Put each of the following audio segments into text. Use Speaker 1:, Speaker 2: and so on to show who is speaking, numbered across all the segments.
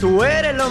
Speaker 1: Tú eres lo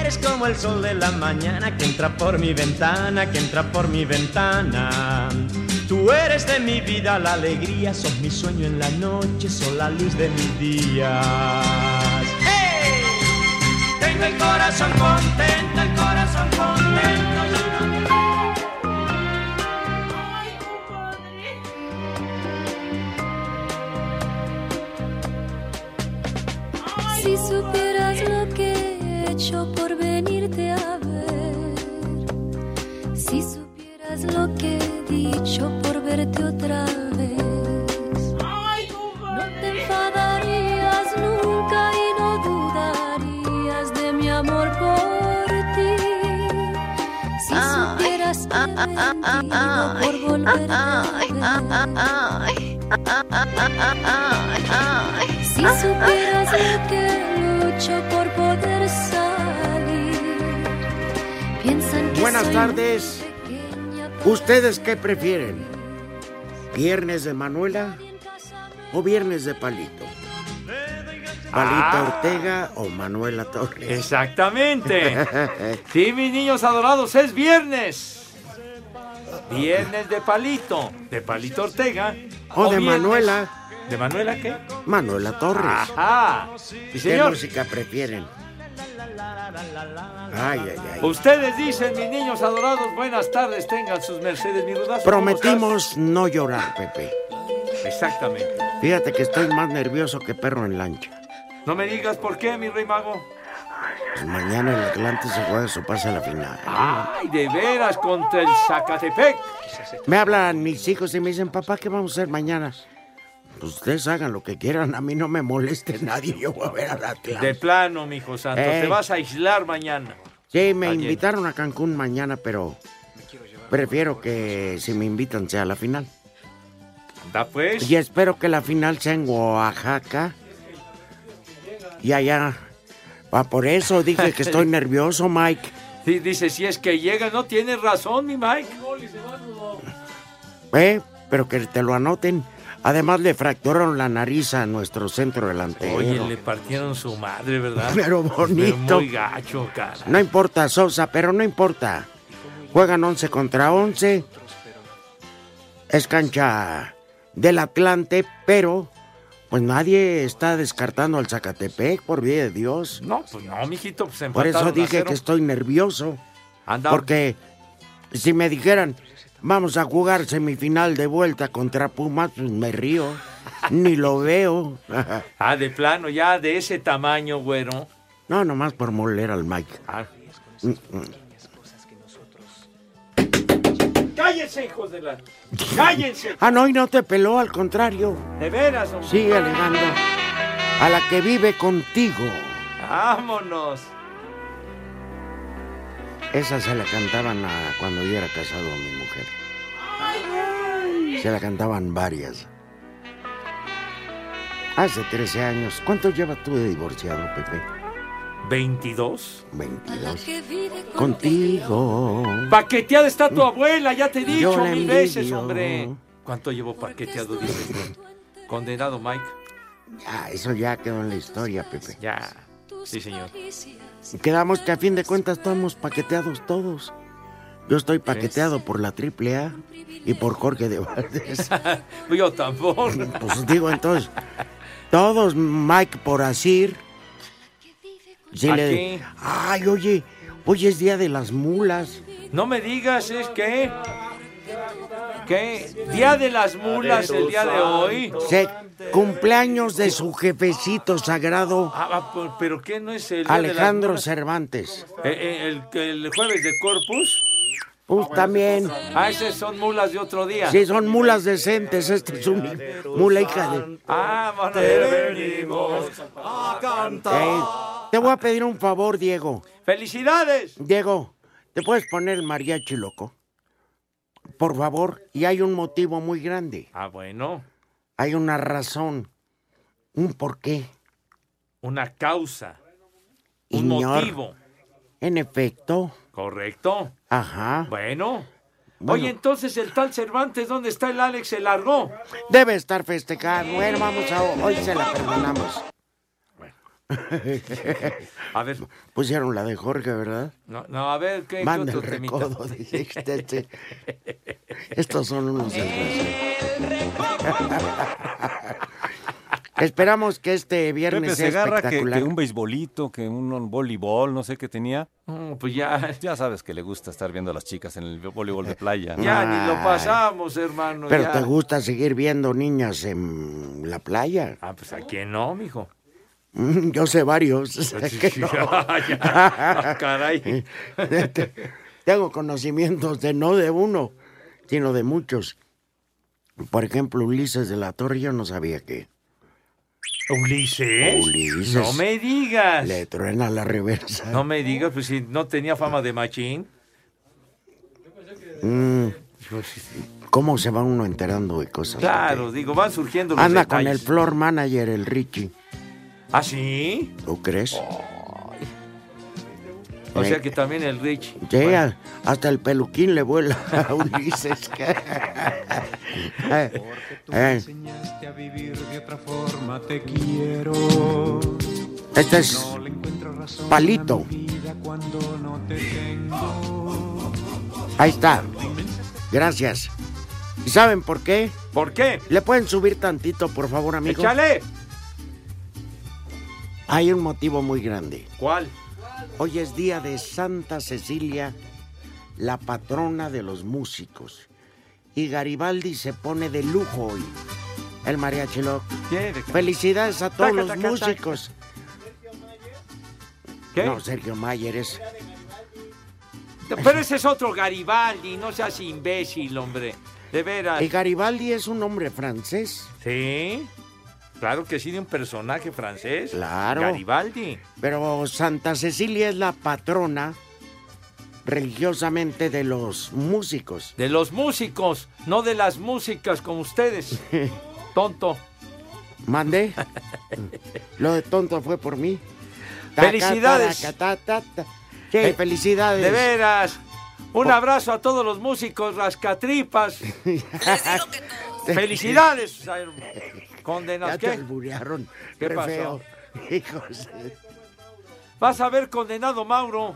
Speaker 1: eres como el sol de la mañana que entra por mi ventana, que entra por mi ventana. Tú eres de mi vida la alegría, sos mi sueño en la noche, sos la luz de mis días. ¡Hey! Tengo el corazón contento, el corazón contento. yo no te-
Speaker 2: Si supieras lo que he hecho por venirte a ver, si supieras lo que he dicho por verte otra vez, no te enfadarías nunca y no dudarías de mi amor por ti. Si supieras que he mentido por volverte a ver. Si supieras lo que lucho por poder salir, piensan que
Speaker 3: Buenas
Speaker 2: soy
Speaker 3: tardes.
Speaker 2: muy pequeña para
Speaker 3: ¿Ustedes qué prefieren? ¿Viernes de Manuela o viernes de Palito? ¿Palito
Speaker 4: Ah.
Speaker 3: Ortega o Manuela Torres?
Speaker 4: Exactamente. Sí, mis niños adorados, es viernes. Viernes de palito, de palito Ortega.
Speaker 3: o de
Speaker 4: viernes-
Speaker 3: Manuela,
Speaker 4: ¿De Manuela qué?
Speaker 3: Manuela Torres.
Speaker 4: Ajá. Ah. Sí,
Speaker 3: ¿Qué
Speaker 4: señor.
Speaker 3: música prefieren? Ay, ay, ay.
Speaker 4: Ustedes dicen, mis niños adorados, buenas tardes, tengan sus mercedes, mi rudazo. ¿cómo estás?
Speaker 3: Prometimos no llorar, Pepe.
Speaker 4: Exactamente.
Speaker 3: Fíjate que estoy más nervioso que perro en lancha.
Speaker 4: No me digas por qué, mi rey mago.
Speaker 3: Pues mañana el Atlante se juega su pase a la final.
Speaker 4: Ay, de veras, contra el Zacatepec.
Speaker 3: Me hablan mis hijos y me dicen, papá, ¿qué vamos a hacer mañana? Pues ustedes hagan lo que quieran, a mí no me moleste nadie, yo voy a ver al
Speaker 4: De
Speaker 3: Atlante.
Speaker 4: plano, mijo santo,
Speaker 3: Ey.
Speaker 4: te vas a aislar mañana.
Speaker 3: Sí, me
Speaker 4: Ayer.
Speaker 3: invitaron a Cancún mañana, pero prefiero que si me invitan sea a la final.
Speaker 4: Da pues.
Speaker 3: Y espero que la final sea en Oaxaca. Y allá. Ah, por eso dije que estoy nervioso, Mike.
Speaker 4: Sí, dice, si es que llega, no tienes razón, mi Mike.
Speaker 3: ¿Eh? Pero que te lo anoten. Además le fracturaron la nariz a nuestro centro delantero.
Speaker 4: Oye, le partieron su madre, ¿verdad? Pues,
Speaker 3: Pero bonito.
Speaker 4: muy gacho, cara.
Speaker 3: No importa, Sosa, pero no importa. Juegan 11 contra 11. Es cancha del Atlante, pero pues nadie está descartando al Zacatepec, por vida de Dios.
Speaker 4: No, pues no, mijito, pues
Speaker 3: Por
Speaker 4: empataron
Speaker 3: eso
Speaker 4: a
Speaker 3: dije
Speaker 4: cero.
Speaker 3: que estoy nervioso.
Speaker 4: Anda,
Speaker 3: Porque si me dijeran, vamos a jugar semifinal de vuelta contra Pumas, pues me río. Ni lo veo.
Speaker 4: Ah, de plano, ya de ese tamaño, güero.
Speaker 3: No, nomás por moler al Mike. Mm,
Speaker 4: Ah. ¡Cállense, hijos de la... ¡Cállense!
Speaker 3: Ah, no, y no te peló, al contrario.
Speaker 4: ¡De veras, hombre!
Speaker 3: Sigue alegando a la que vive contigo.
Speaker 4: ¡Vámonos!
Speaker 3: Esa se la cantaban a cuando yo era casado a mi mujer. Se la cantaban varias. Hace 13 años. ¿Cuánto llevas tú de divorciado, Pepe?
Speaker 4: ¿22?
Speaker 3: 22.
Speaker 2: que vive
Speaker 3: Contigo.
Speaker 4: Paqueteada está tu abuela, ya te he dicho
Speaker 3: Yo la
Speaker 4: mil veces,
Speaker 3: envidio.
Speaker 4: hombre. ¿Cuánto llevo paqueteado? Dices, Condenado, Mike.
Speaker 3: Ah, eso ya quedó en la historia, Pepe.
Speaker 4: Ya. Sí, señor.
Speaker 3: Quedamos que a fin de cuentas estamos paqueteados todos. Yo estoy paqueteado por la triple A y por Jorge de Valdés.
Speaker 4: Yo tampoco.
Speaker 3: Pues digo entonces, todos Mike por asir. Sí
Speaker 4: ¿A
Speaker 3: le-
Speaker 4: qué?
Speaker 3: Ay, oye, hoy es día de las mulas.
Speaker 4: No me digas, es que. ¿Qué? Día de las mulas, el día de hoy.
Speaker 3: Se, cumpleaños de su jefecito sagrado,
Speaker 4: Ah, ah, por- pero ¿qué no es el día
Speaker 3: Alejandro
Speaker 4: de las mulas?
Speaker 3: Cervantes.
Speaker 4: Eh, eh, el, el jueves de Corpus.
Speaker 3: Pues también,
Speaker 4: Ah, esas son mulas de otro día.
Speaker 3: si son mulas decentes, este es un mula hija de...
Speaker 4: Ah, bueno, venimos.
Speaker 3: Eh, te voy a pedir un favor, Diego.
Speaker 4: ¡Felicidades!
Speaker 3: Diego, ¿te puedes poner el mariachi loco? Por favor, y hay un motivo muy grande.
Speaker 4: Ah, bueno.
Speaker 3: Hay una razón, un porqué.
Speaker 4: Una causa. Un
Speaker 3: Señor.
Speaker 4: motivo.
Speaker 3: En efecto,
Speaker 4: Correcto.
Speaker 3: ajá.
Speaker 4: Bueno.
Speaker 3: Bueno.
Speaker 4: Oye, entonces el tal Cervantes, ¿dónde está el Alex? Se largó.
Speaker 3: Debe estar festejando. Bueno, vamos a. Hoy se la perdonamos.
Speaker 4: A ver,
Speaker 3: Pusieron la de Jorge, ¿verdad?
Speaker 4: no, no, a ver, ¿qué, qué
Speaker 3: Manda el
Speaker 4: otro temita?
Speaker 3: recodo, dice este, este. Estos son unos desgraciados. Esperamos que este
Speaker 5: Pepe
Speaker 3: viernes sea
Speaker 5: se agarra que,
Speaker 3: espectacular.
Speaker 5: que un beisbolito, que un, un voleibol, no sé qué tenía.
Speaker 4: Mm, pues ya,
Speaker 5: Ya sabes que le gusta estar viendo a las chicas en el voleibol de playa. ¿no?
Speaker 4: ya ni lo
Speaker 3: Ay.
Speaker 4: pasamos, hermano.
Speaker 3: Pero
Speaker 4: ya.
Speaker 3: te gusta seguir viendo niñas en la playa.
Speaker 4: Ah, pues a quién no, mijo.
Speaker 3: Mm, Yo sé varios. que no.
Speaker 4: Ah, ya. Ah, caray.
Speaker 3: Este, Tengo conocimientos de no de uno, sino de muchos. Por ejemplo, Ulises de la Torre, yo no sabía que
Speaker 4: Ulises.
Speaker 3: Ulises.
Speaker 4: No me digas.
Speaker 3: le truena la reversa.
Speaker 4: No me digas, pues si no tenía fama de machín.
Speaker 3: Mm, ¿Cómo se va uno enterando de cosas?
Speaker 4: Claro, digo, van surgiendo los
Speaker 3: Anda con el
Speaker 4: detalles.
Speaker 3: floor manager, el Richie.
Speaker 4: ¿Ah, sí?
Speaker 3: ¿Tú crees?
Speaker 4: O
Speaker 3: Eh,
Speaker 4: sea que también el Rich.
Speaker 3: Sí, a- hasta el peluquín le vuela a Ulises. Eh, eh,
Speaker 1: enseñaste a vivir de otra forma, te quiero.
Speaker 3: este es
Speaker 1: No le encuentro razón
Speaker 3: Palito.
Speaker 1: a mi vida cuando no te tengo.
Speaker 3: Ahí está. Gracias. ¿Y saben por qué?
Speaker 4: ¿Por qué?
Speaker 3: ¿Le pueden subir tantito, por favor, amigo?
Speaker 4: ¡Échale!
Speaker 3: Hay un motivo muy grande.
Speaker 4: ¿Cuál?
Speaker 3: Hoy es día de Santa Cecilia, la patrona de los músicos. Y Garibaldi se pone de lujo hoy. El mariachi loco. Felicidades a todos
Speaker 4: Taca,
Speaker 3: los
Speaker 4: taca, taca.
Speaker 3: músicos.
Speaker 4: ¿Qué?
Speaker 3: No, Sergio Mayer es...
Speaker 4: Pero ese es otro Garibaldi, no seas imbécil, hombre. De veras.
Speaker 3: Y Garibaldi es un hombre francés,
Speaker 4: Ah. Sí. Claro que sí, de un personaje francés.
Speaker 3: Claro.
Speaker 4: Garibaldi.
Speaker 3: pero Santa Cecilia es la patrona religiosamente de los músicos.
Speaker 4: De los músicos, no de las músicas como ustedes. Tonto.
Speaker 3: Mandé. Lo de tonto fue por mí.
Speaker 4: Felicidades.
Speaker 3: Taca, taca, ta, ta. Sí,
Speaker 4: Eh,
Speaker 3: felicidades.
Speaker 4: De veras. Un abrazo a todos los músicos rascatripas. Felicidades.
Speaker 3: Ya
Speaker 4: Condenados.
Speaker 3: te
Speaker 4: ¿Qué?
Speaker 3: alburearon.
Speaker 4: ¿Qué
Speaker 3: re
Speaker 4: pasó?
Speaker 3: feo. Hijos.
Speaker 4: Vas a ver condenado Mauro.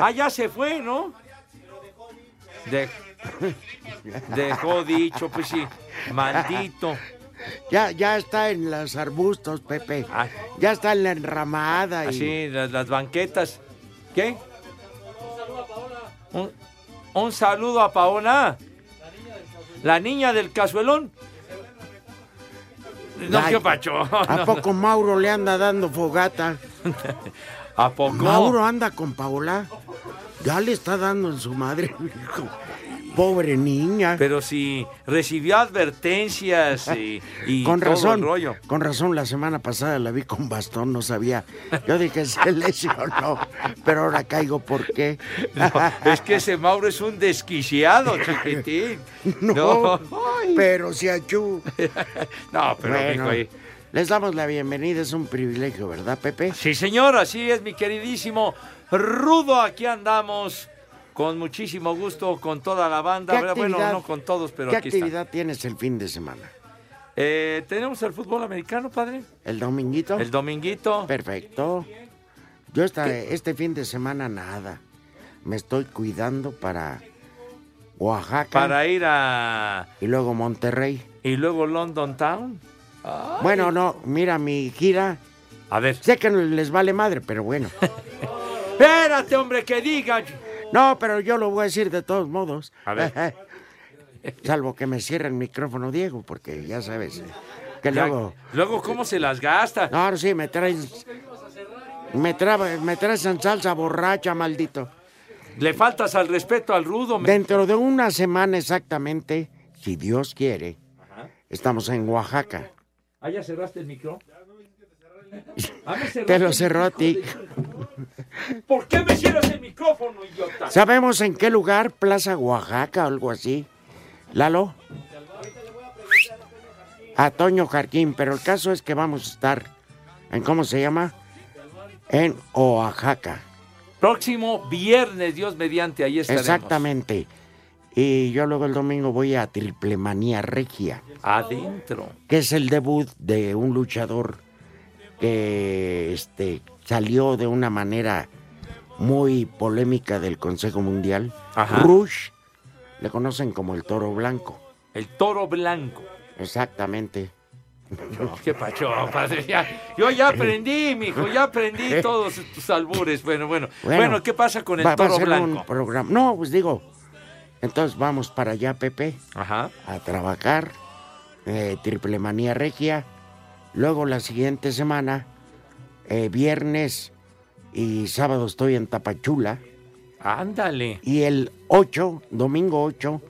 Speaker 4: Ah, ya se fue, ¿no? De- Dejó dicho, pues sí. Maldito.
Speaker 3: Ya, ya está en los arbustos, Pepe.
Speaker 4: Ah.
Speaker 3: Ya está en la enramada. Y...
Speaker 4: Así, las, las banquetas. ¿Qué? Un, un saludo a Paola. La niña del cazuelón. No,
Speaker 3: Ay,
Speaker 4: qué pacho.
Speaker 3: ¿A
Speaker 4: No,
Speaker 3: poco Mauro le anda dando fogata?
Speaker 4: ¿A poco?
Speaker 3: Mauro anda con Paola. Ya le está dando en su madre, hijo. Pobre niña.
Speaker 4: Pero si recibió advertencias y, y
Speaker 3: con
Speaker 4: todo el
Speaker 3: razón,
Speaker 4: rollo.
Speaker 3: con razón, la semana pasada la vi con bastón, no sabía. Yo dije, se lesionó, pero ahora caigo por qué.
Speaker 4: No, es que ese Mauro es un desquiciado, chiquitín.
Speaker 3: No,
Speaker 4: No,
Speaker 3: pero si achú.
Speaker 4: no, pero
Speaker 3: Bueno.
Speaker 4: mijo, eh,
Speaker 3: Les damos la bienvenida, es un privilegio, ¿verdad, Pepe?
Speaker 4: Sí, señor, así es, mi queridísimo Rudo. Aquí andamos con muchísimo gusto con toda la banda. ¿verdad? Bueno, no con todos, pero
Speaker 3: ¿Qué
Speaker 4: aquí están.
Speaker 3: actividad tienes el fin de semana?
Speaker 4: Eh, ¿Tenemos el fútbol americano, padre?
Speaker 3: ¿El dominguito?
Speaker 4: El dominguito.
Speaker 3: Perfecto. Yo esta- este fin de semana nada. Me estoy cuidando para Oaxaca
Speaker 4: Para ir a...
Speaker 3: y luego Monterrey.
Speaker 4: Y luego London Town.
Speaker 3: Bueno, no, mira mi gira.
Speaker 4: A ver.
Speaker 3: Sé que no les vale madre, pero bueno.
Speaker 4: Espérate, hombre, que diga.
Speaker 3: No, pero yo lo voy a decir de todos modos.
Speaker 4: A ver.
Speaker 3: Salvo que me cierre el micrófono, Diego, porque ya sabes eh, que
Speaker 4: Ya-
Speaker 3: luego...
Speaker 4: luego, ¿cómo se las gasta?
Speaker 3: No, ahora sí, me traes... Me, traba- me traes en salsa borracha, maldito.
Speaker 4: Le faltas al respeto al rudo. me-
Speaker 3: Dentro de una semana exactamente, si Dios quiere, estamos en Oaxaca.
Speaker 4: ¿Ah, ya cerraste el micro? Ah, me cerraste
Speaker 3: Te lo
Speaker 4: el
Speaker 3: cerró a ti.
Speaker 4: micro, de- ¿Por qué me cierras el micrófono, idiota?
Speaker 3: ¿Sabemos en qué lugar? Plaza Oaxaca o algo así. Lalo. A Toño Jarquín, pero el caso es que vamos a estar en, ¿cómo se llama? En Oaxaca.
Speaker 4: Próximo viernes, Dios mediante, ahí estaremos.
Speaker 3: Exactamente. Y yo luego el domingo voy a Triplemanía Regia,
Speaker 4: Adentro.
Speaker 3: que es el debut de un luchador que este, salió de una manera muy polémica del Consejo Mundial.
Speaker 4: Ajá.
Speaker 3: Rush, le conocen como el Toro Blanco.
Speaker 4: El toro blanco.
Speaker 3: Exactamente.
Speaker 4: No, qué pacho, padre. ya. yo ya aprendí, mijo, ya aprendí todos tus albures. Bueno, bueno. Bueno, ¿qué pasa con el
Speaker 3: va- va a
Speaker 4: toro
Speaker 3: ser
Speaker 4: blanco?
Speaker 3: un programa. No, pues digo, entonces vamos para allá, Pepe,
Speaker 4: Ajá.
Speaker 3: a trabajar. eh, triple manía regia. Luego la siguiente semana, eh, viernes y sábado estoy en Tapachula.
Speaker 4: Ándale.
Speaker 3: Y el 8, domingo 8,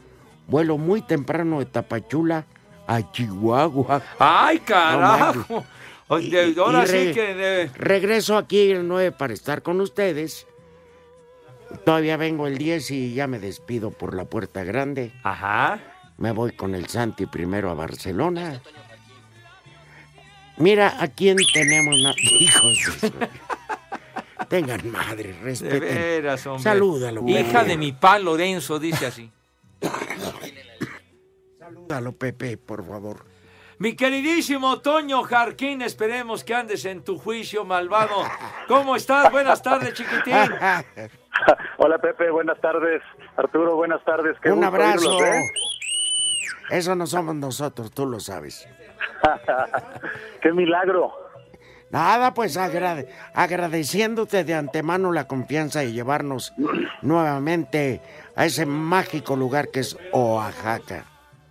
Speaker 3: vuelo muy temprano de Tapachula a Chihuahua.
Speaker 4: ¡Ay,
Speaker 3: No
Speaker 4: carajo! O-
Speaker 3: Y-
Speaker 4: de-
Speaker 3: y-
Speaker 4: ahora
Speaker 3: y
Speaker 4: sí
Speaker 3: re-
Speaker 4: que. de-
Speaker 3: Regreso aquí el 9 para estar con ustedes. Todavía vengo el 10 y ya me despido por la puerta grande.
Speaker 4: Ajá.
Speaker 3: Me voy con el Santi primero a Barcelona. Mira a quién tenemos na- hijos. de su- Tengan madre,
Speaker 4: De
Speaker 3: respeten.
Speaker 4: veras, hombre.
Speaker 3: Salúdalo, güey.
Speaker 4: Hija de mi pa Lorenzo, dice así.
Speaker 3: Salúdalo, Pepe, por favor.
Speaker 4: Mi queridísimo Toño Jarquín, esperemos que andes en tu juicio malvado. ¿Cómo estás? Buenas tardes, chiquitín.
Speaker 6: Hola Pepe, buenas tardes. Arturo, buenas tardes. Qué
Speaker 3: Un
Speaker 6: gusto
Speaker 3: abrazo.
Speaker 6: oírlos, ¿eh?
Speaker 3: Eso no somos nosotros, tú lo sabes.
Speaker 6: Qué milagro.
Speaker 3: Nada, pues agrade- agradeciéndote de antemano la confianza y llevarnos nuevamente a ese mágico lugar que es Oaxaca.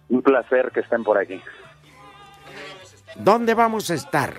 Speaker 6: Un placer que estén por aquí.
Speaker 3: ¿Dónde vamos a estar?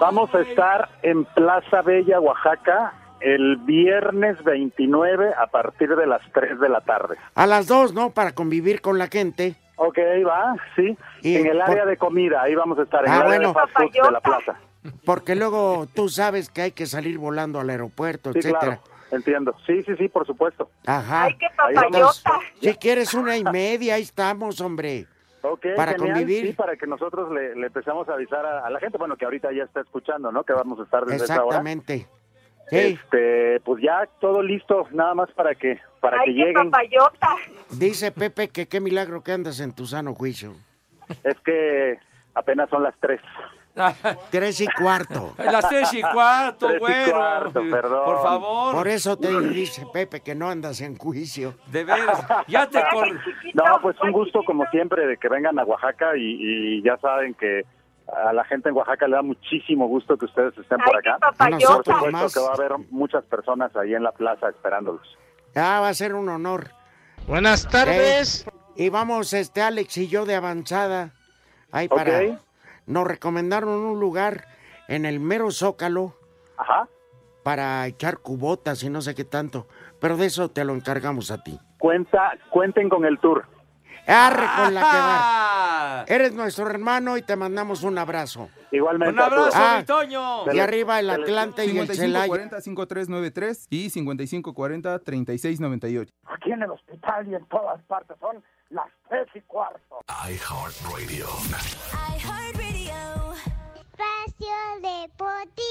Speaker 6: Vamos a estar en Plaza Bella, Oaxaca, el viernes 29 a partir de las 3 de la tarde.
Speaker 3: A las dos, ¿no? Para convivir con la gente.
Speaker 6: Ok, va, sí.
Speaker 3: Y
Speaker 6: en el
Speaker 3: por-
Speaker 6: área de comida, ahí vamos a estar, en
Speaker 3: Ah,
Speaker 6: el área
Speaker 3: bueno.
Speaker 6: de fast food de la plaza.
Speaker 3: Porque luego tú sabes que hay que salir volando al aeropuerto,
Speaker 6: Sí,
Speaker 3: etcétera.
Speaker 6: claro, entiendo. Sí, sí, sí, por supuesto.
Speaker 3: Ajá.
Speaker 7: Ay, qué
Speaker 6: Ahí vamos.
Speaker 7: papayota.
Speaker 3: Si quieres una y media, ahí estamos, hombre.
Speaker 6: Ok,
Speaker 3: Para
Speaker 6: genial,
Speaker 3: convivir.
Speaker 6: Sí, para que nosotros le, le empezamos a avisar a, a la gente, bueno, que ahorita ya está escuchando, ¿no? Que vamos a estar desde esa hora.
Speaker 3: Exactamente. Sí,
Speaker 6: Este, pues ya todo listo, nada más para que para que
Speaker 7: Ay, qué
Speaker 6: lleguen.
Speaker 7: papayota.
Speaker 3: dice Pepe que qué milagro que andas en tu sano juicio.
Speaker 6: Es que apenas son las tres.
Speaker 3: Tres y cuarto.
Speaker 4: Las tres y cuarto,
Speaker 6: Tres y
Speaker 4: güero.
Speaker 6: cuarto, perdón.
Speaker 4: Por favor.
Speaker 3: Por eso te dice Pepe que no andas en juicio.
Speaker 4: De veras. Ya te
Speaker 7: Ay,
Speaker 4: cor...
Speaker 7: chiquito,
Speaker 6: No, pues un
Speaker 7: ay,
Speaker 6: gusto
Speaker 7: chiquito.
Speaker 6: como siempre de que vengan a Oaxaca y, y ya saben que a la gente en Oaxaca le da muchísimo gusto que ustedes estén por
Speaker 7: Ay, qué
Speaker 6: acá. Por
Speaker 7: papayota.
Speaker 6: supuesto
Speaker 3: Más.
Speaker 6: que va a haber muchas personas ahí en la plaza esperándolos.
Speaker 3: Ah, va a ser un honor.
Speaker 8: Buenas tardes.
Speaker 3: Y vamos, este Alex y yo de avanzada. Ahí para.
Speaker 6: Ok.
Speaker 3: Nos recomendaron un lugar en el mero Zócalo
Speaker 6: Ajá.
Speaker 3: para echar cubotas y no sé qué tanto. Pero de eso te lo encargamos a ti.
Speaker 6: Cuenta, cuenten con el tour.
Speaker 3: Arre con la que va.
Speaker 4: Ah,
Speaker 3: Eres nuestro hermano y te mandamos un abrazo.
Speaker 6: Igualmente.
Speaker 4: Un abrazo,
Speaker 3: Ah.
Speaker 4: mi Toño.
Speaker 6: Te
Speaker 3: Y
Speaker 6: lo-
Speaker 3: arriba el
Speaker 6: te lo-
Speaker 3: Atlante y el Celaya.
Speaker 9: 5540-5393 y 5540-3698.
Speaker 6: Aquí en el hospital y en todas partes son las tres y cuarto.
Speaker 10: iHeartRadio.
Speaker 7: Espacio Deportivo.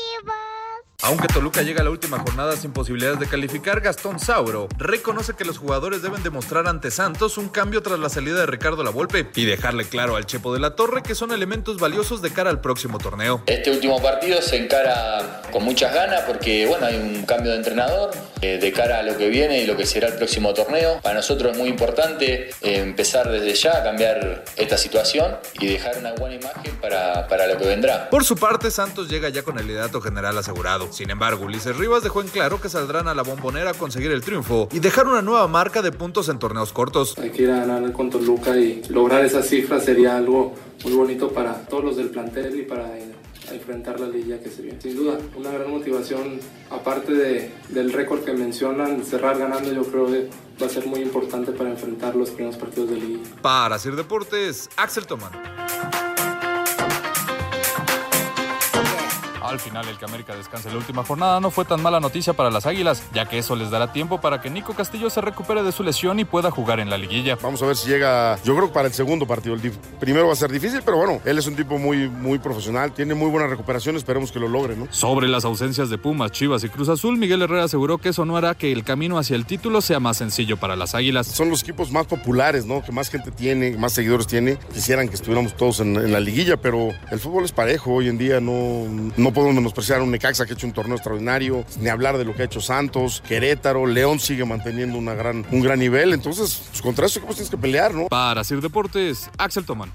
Speaker 9: Aunque Toluca llega a la última jornada sin posibilidades de calificar, Gastón Sauro reconoce que los jugadores deben demostrar ante Santos un cambio tras la salida de Ricardo Lavolpe y dejarle claro al Chepo de la Torre que son elementos valiosos de cara al próximo torneo.
Speaker 11: Este último partido se encara con muchas ganas porque bueno, hay un cambio de entrenador eh, de cara a lo que viene y lo que será el próximo torneo. Para nosotros es muy importante eh, empezar desde ya a cambiar esta situación y dejar una buena imagen para, para lo que vendrá.
Speaker 9: Por su parte, Santos llega ya con el liderato general asegurado. Sin embargo, Ulises Rivas dejó en claro que saldrán a la bombonera a conseguir el triunfo y dejar una nueva marca de puntos en torneos cortos.
Speaker 12: Hay que ir a ganar con Toluca y lograr esa cifra sería algo muy bonito para todos los del plantel y para eh, enfrentar la liga que se viene. Sin duda, una gran motivación, aparte de- del récord que mencionan, cerrar ganando yo creo que va a ser muy importante para enfrentar los primeros partidos de liga.
Speaker 9: Para Sir Deportes, Axel Tomán.
Speaker 5: Al final, el que América descanse la última jornada no fue tan mala noticia para las Águilas, ya que eso les dará tiempo para que Nico Castillo se recupere de su lesión y pueda jugar en la liguilla.
Speaker 13: Vamos a ver si llega, yo creo que para el segundo partido. El dif- primero va a ser difícil, pero bueno, él es un tipo muy, muy profesional, tiene muy buena recuperación, esperemos que lo logre, ¿no?
Speaker 5: Sobre las ausencias de Pumas, Chivas y Cruz Azul, Miguel Herrera aseguró que eso no hará que el camino hacia el título sea más sencillo para las Águilas.
Speaker 13: Son los equipos más populares, ¿no? Que más gente tiene, que más seguidores tiene. Quisieran que estuviéramos todos en, en la liguilla, pero el fútbol es parejo. Hoy en día no, no podemos menospreciar a un Necaxa que ha hecho un torneo extraordinario, ni hablar de lo que ha hecho Santos, Querétaro, León sigue manteniendo una gran, un gran nivel. Entonces, pues, contra esos equipos tienes que pelear, ¿no?
Speaker 5: Para Sir Deportes, Axel Tomán.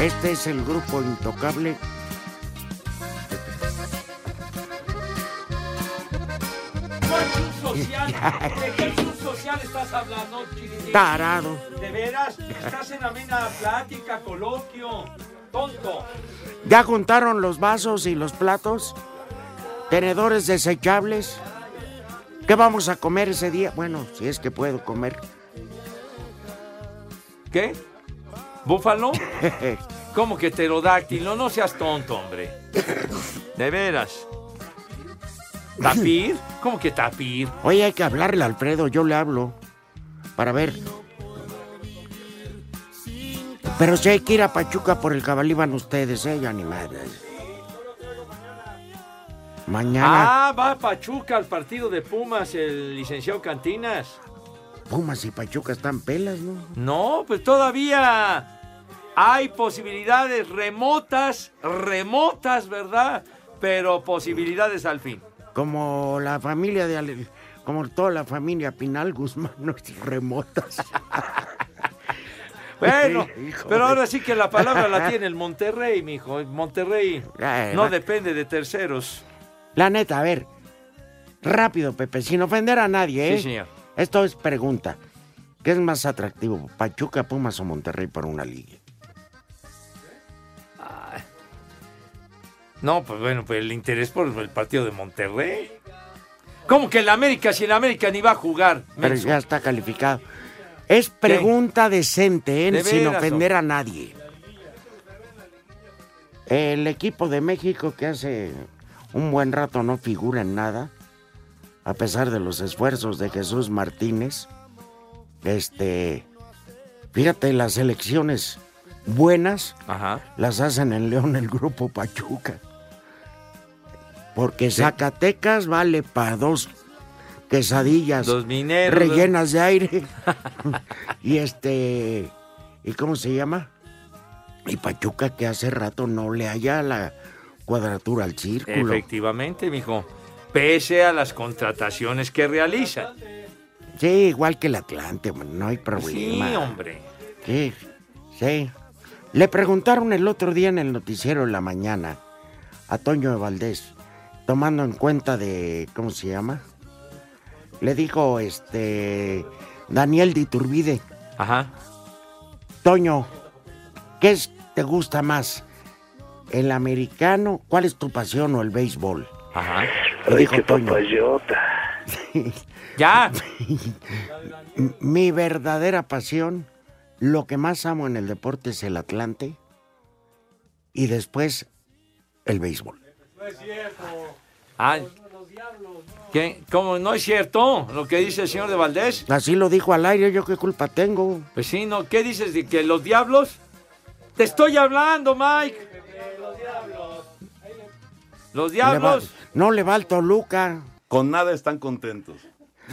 Speaker 3: Este es el grupo intocable.
Speaker 4: ¿De qué club social estás hablando, chiquitín?
Speaker 3: Tarado.
Speaker 4: De veras, estás en amena plática, coloquio. Tonto.
Speaker 3: ¿Ya juntaron los vasos y los platos? ¿Tenedores desechables? ¿Qué vamos a comer ese día? Bueno, si es que puedo comer.
Speaker 4: ¿Qué? ¿Búfalo? ¿Cómo que pterodáctilo? No seas tonto, hombre. De veras. ¿Tapir? ¿Cómo que tapir?
Speaker 3: Oye, hay que hablarle a Alfredo, yo le hablo. Para ver. Pero si hay que ir a Pachuca por el cabalí van ustedes, ¿eh? Ya ni madres. Mañana,
Speaker 4: Ah, va a Pachuca al partido de Pumas el licenciado Cantinas.
Speaker 3: Pumas y Pachuca están pelas, ¿no?
Speaker 4: No, pues todavía hay posibilidades remotas, remotas, ¿verdad? Pero posibilidades al fin.
Speaker 3: Como la familia de Ale- como toda la familia Pinal Guzmán, no es remotas.
Speaker 4: Bueno,
Speaker 3: Hijo
Speaker 4: pero
Speaker 3: de-
Speaker 4: ahora sí que la palabra la tiene el Monterrey, mijo. El Monterrey
Speaker 3: Ay,
Speaker 4: no
Speaker 3: va.
Speaker 4: depende de terceros.
Speaker 3: La neta, a ver. Rápido, Pepe, sin ofender a nadie, ¿eh?
Speaker 4: Sí, señor.
Speaker 3: Esto es pregunta. ¿Qué es más atractivo, Pachuca, Pumas o Monterrey por una liga?
Speaker 4: No, pues bueno, pues el interés por el partido de Monterrey. ¿Cómo que el América? Si el América ni va a jugar.
Speaker 3: Pero ya está calificado. Es pregunta decente, ¿eh?
Speaker 4: De
Speaker 3: sin
Speaker 4: veras,
Speaker 3: ofender a nadie. El equipo de México que hace un buen rato no figura en nada, a pesar de los esfuerzos de Jesús Martínez. Este, fíjate, las elecciones buenas las hacen en León el grupo Pachuca. Porque Zacatecas vale para dos quesadillas
Speaker 4: Los mineros.
Speaker 3: rellenas de aire. y este, ¿y cómo se llama? Y Pachuca que hace rato no le halla la cuadratura al círculo.
Speaker 4: Efectivamente, mijo. Pese a las contrataciones que realiza.
Speaker 3: Sí, igual que el Atlante, hombre, no hay
Speaker 4: Sí,
Speaker 3: problema.
Speaker 4: hombre.
Speaker 3: Sí, sí. Le preguntaron el otro día en el noticiero en la mañana a Toño de Valdés, tomando en cuenta de, ¿cómo se llama? Le dijo, este, Daniel Diturbide.
Speaker 4: Ajá.
Speaker 3: Toño, ¿qué es- te gusta más? ¿El americano? ¿Cuál es tu pasión o el béisbol?
Speaker 4: Ajá.
Speaker 3: Le dijo Toño.
Speaker 14: papayota.
Speaker 4: Ya.
Speaker 3: Mi verdadera pasión, lo que más amo en el deporte es el Atlante y después el béisbol.
Speaker 4: Ah, ¿qué? ¿Cómo no es cierto lo que dice el señor de Valdés?
Speaker 3: Así lo dijo al aire, yo qué culpa tengo.
Speaker 4: Pues sí, ¿no? ¿Qué dices de que los diablos? Te estoy hablando, Mike. Los diablos.
Speaker 3: Le va- no le va al Toluca.
Speaker 14: Con nada están contentos.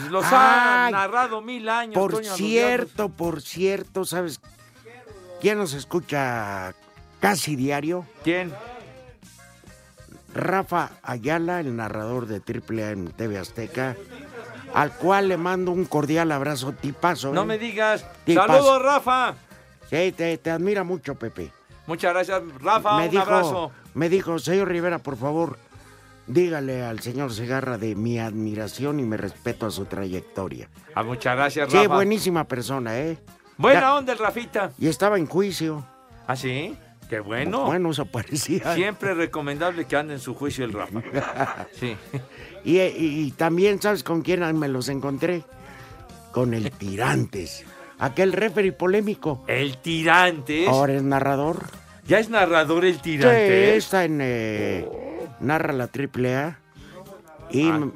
Speaker 4: Los
Speaker 3: Ay,
Speaker 4: han narrado mil años.
Speaker 3: Por
Speaker 4: Toño, a los
Speaker 3: cierto, por cierto, ¿sabes quién nos escucha casi diario?
Speaker 4: ¿Quién?
Speaker 3: Rafa Ayala, el narrador de Triple A en TV Azteca, al cual le mando un cordial abrazo, tipazo.
Speaker 4: diablos. No
Speaker 3: ¿eh?
Speaker 4: me digas.
Speaker 3: Tipazo.
Speaker 4: Saludos, Rafa.
Speaker 3: Sí, te, te admira mucho, Pepe.
Speaker 4: Muchas gracias, Rafa.
Speaker 3: me
Speaker 4: un
Speaker 3: dijo,
Speaker 4: abrazo.
Speaker 3: Me dijo, señor Rivera, por favor, dígale al señor Segarra de mi admiración y mi respeto a su trayectoria.
Speaker 4: Ah, muchas gracias,
Speaker 3: Sí,
Speaker 4: Rafa.
Speaker 3: buenísima persona, ¿eh?
Speaker 4: Buena
Speaker 3: Ya-
Speaker 4: onda el Rafita.
Speaker 3: Y estaba en juicio.
Speaker 4: ¿Ah, sí? Qué bueno.
Speaker 3: Bueno, se parecía.
Speaker 4: Siempre recomendable que ande en su juicio el Rafa. Sí.
Speaker 3: Y, y- y también, ¿sabes con quién me los encontré? Con el Tirantes. Aquel referee polémico.
Speaker 4: El tirante.
Speaker 3: Ahora es narrador.
Speaker 4: Ya es narrador el
Speaker 3: Sí,
Speaker 4: tirante.
Speaker 3: está en... eh, Narra la triple A. Y...
Speaker 4: Ah.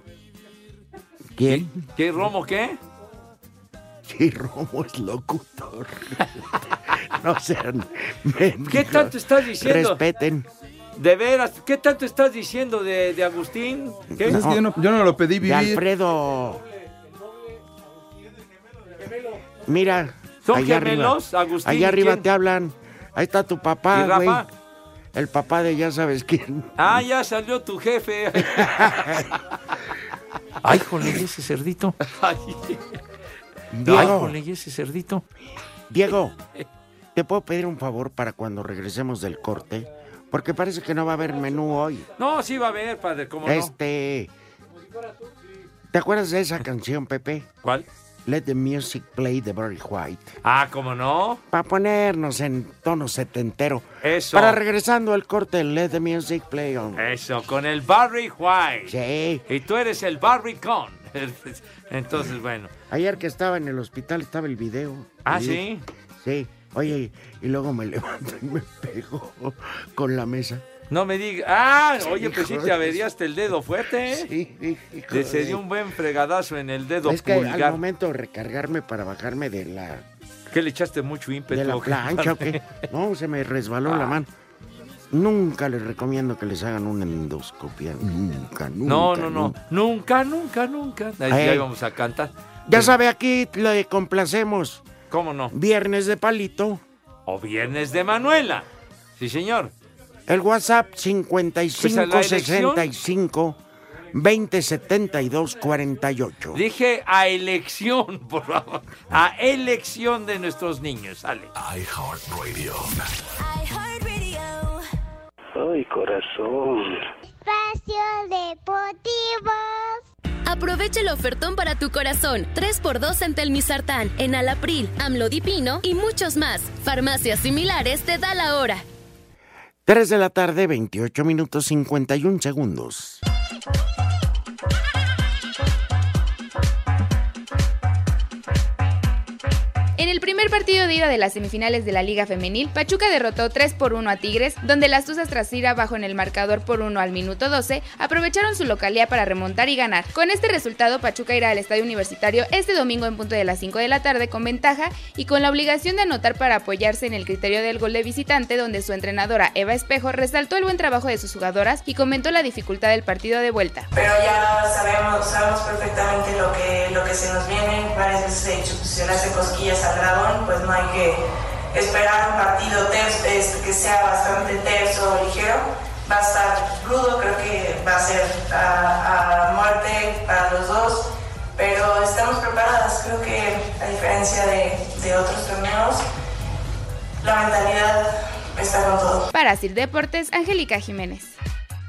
Speaker 3: ¿Quién?
Speaker 4: ¿Qué romo qué?
Speaker 3: Sí, Romo es locutor. no sean... mendigos.
Speaker 4: ¿Qué tanto estás diciendo?
Speaker 3: Respeten.
Speaker 4: De veras, ¿qué tanto estás diciendo de, de Agustín? ¿Qué?
Speaker 3: No. Es que yo no- yo no
Speaker 14: lo pedí
Speaker 3: De Alfredo. Mira.
Speaker 4: ¿Son
Speaker 3: allá
Speaker 4: gemelos,
Speaker 3: arriba.
Speaker 4: Agustín y
Speaker 3: Allá arriba
Speaker 4: quién?
Speaker 3: te hablan. Ahí está tu
Speaker 4: ¿Y
Speaker 3: papá,
Speaker 4: Rafa?
Speaker 3: güey. El papá de ya sabes quién.
Speaker 4: Ah, ya salió tu jefe. Ay, jole, ese cerdito. Ay, Ay,
Speaker 3: Diego,
Speaker 4: jole, ese cerdito.
Speaker 3: Diego, ¿te puedo pedir un favor para cuando regresemos del corte? Porque parece que no va a haber menú hoy.
Speaker 4: No, sí va a haber, padre, ¿cómo no?
Speaker 3: Este. ¿Te acuerdas de esa canción, Pepe?
Speaker 4: ¿Cuál?
Speaker 3: Let the music play the very white.
Speaker 4: Ah, ¿cómo no?
Speaker 3: Para ponernos en tono setentero.
Speaker 4: Eso.
Speaker 3: Para regresando al corte, let the music play on.
Speaker 4: Eso, con el Barry White.
Speaker 3: Sí.
Speaker 4: Y tú eres el Barry Con. Entonces, bueno.
Speaker 3: Ayer que estaba en el hospital estaba el video.
Speaker 4: Ah, ¿sí?
Speaker 3: Sí. Oye, y luego me levanto y me pego con la mesa.
Speaker 4: No me digas. Ah, oye, pues sí
Speaker 3: hijo
Speaker 4: te
Speaker 3: de-
Speaker 4: averiaste el dedo fuerte, ¿eh?
Speaker 3: Sí,
Speaker 4: Le se dio un buen fregadazo en el dedo
Speaker 3: Es que al
Speaker 4: pulgar.
Speaker 3: momento de recargarme para bajarme de la,
Speaker 4: ¿Qué le echaste mucho ímpetu?
Speaker 3: de la
Speaker 4: o qué,
Speaker 3: plancha o
Speaker 4: padre?
Speaker 3: qué, no, se me resbaló
Speaker 4: Ah.
Speaker 3: la mano. Nunca les recomiendo que les hagan una endoscopia. Nunca, nunca.
Speaker 4: No, no, no.
Speaker 3: nunca.
Speaker 4: Nunca, nunca, nunca. Ahí
Speaker 3: Ay.
Speaker 4: ya íbamos a cantar.
Speaker 3: Ya sabe, aquí le complacemos.
Speaker 4: ¿Cómo no?
Speaker 3: Viernes de palito.
Speaker 4: O Viernes de Manuela. Sí, señor.
Speaker 3: El WhatsApp
Speaker 4: Pues a la elección.
Speaker 3: 5565 2072 48.
Speaker 4: Dije a elección, por favor. A elección de nuestros niños. Sale.
Speaker 10: iHeartRadio.
Speaker 15: Ay, corazón.
Speaker 7: Espacio Deportivo.
Speaker 16: Aprovecha el ofertón para tu corazón. 3x2 en Telmisartán, en Alapril, Amlodipino y muchos más. Farmacias similares te da la hora.
Speaker 3: 3 de la tarde, 28 minutos 51 segundos.
Speaker 17: En el primer partido de ida de las semifinales de la Liga Femenil, Pachuca derrotó 3 por 1 a Tigres, donde las Tuzas tras ir abajo en el marcador por 1 al minuto 12, aprovecharon su localía para remontar y ganar. Con este resultado, Pachuca irá al Estadio Universitario este domingo en punto de las 5 de la tarde con ventaja y con la obligación de anotar para apoyarse en el criterio del gol de visitante, donde su entrenadora Eva Espejo resaltó el buen trabajo de sus jugadoras y comentó la dificultad del partido de vuelta.
Speaker 18: Pero ya sabemos, sabemos perfectamente lo que, lo que se nos viene. Varias veces he dicho, pues, si se le hace cosquillas al dragón, pues no hay que esperar un partido terso, este, que sea bastante terso, ligero. Va a estar rudo, creo que va a ser a, a muerte para los dos, pero estamos preparadas. Creo que a diferencia de, de otros torneos, la mentalidad está con todo.
Speaker 17: Para Sir Deportes, Angélica Jiménez.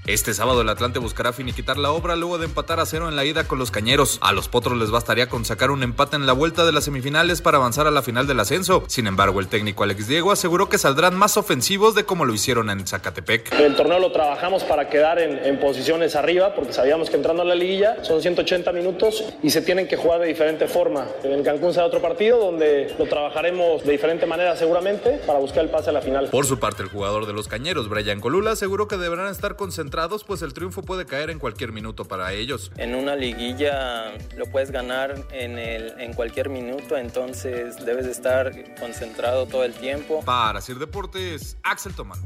Speaker 9: Este sábado el Atlante buscará finiquitar la obra luego de empatar a cero en la ida con los Cañeros. A los Potros les bastaría con sacar un empate en la vuelta de las semifinales para avanzar a la final del ascenso. Sin embargo, el técnico Alex Diego aseguró que saldrán más ofensivos de como lo hicieron en Zacatepec.
Speaker 19: El torneo lo trabajamos para quedar en, en posiciones arriba porque sabíamos que entrando a la liguilla son 180 minutos y se tienen que jugar de diferente forma. En Cancún será otro partido donde lo trabajaremos de diferente manera seguramente para buscar el pase a la final.
Speaker 9: Por su parte, el jugador de los Cañeros, Brian Colula, aseguró que deberán estar concentrados pues el triunfo puede caer en cualquier minuto para ellos.
Speaker 20: En una liguilla lo puedes ganar en, el, en cualquier minuto, entonces debes estar concentrado todo el tiempo.
Speaker 9: Para Sir Deportes, Axel Tomán.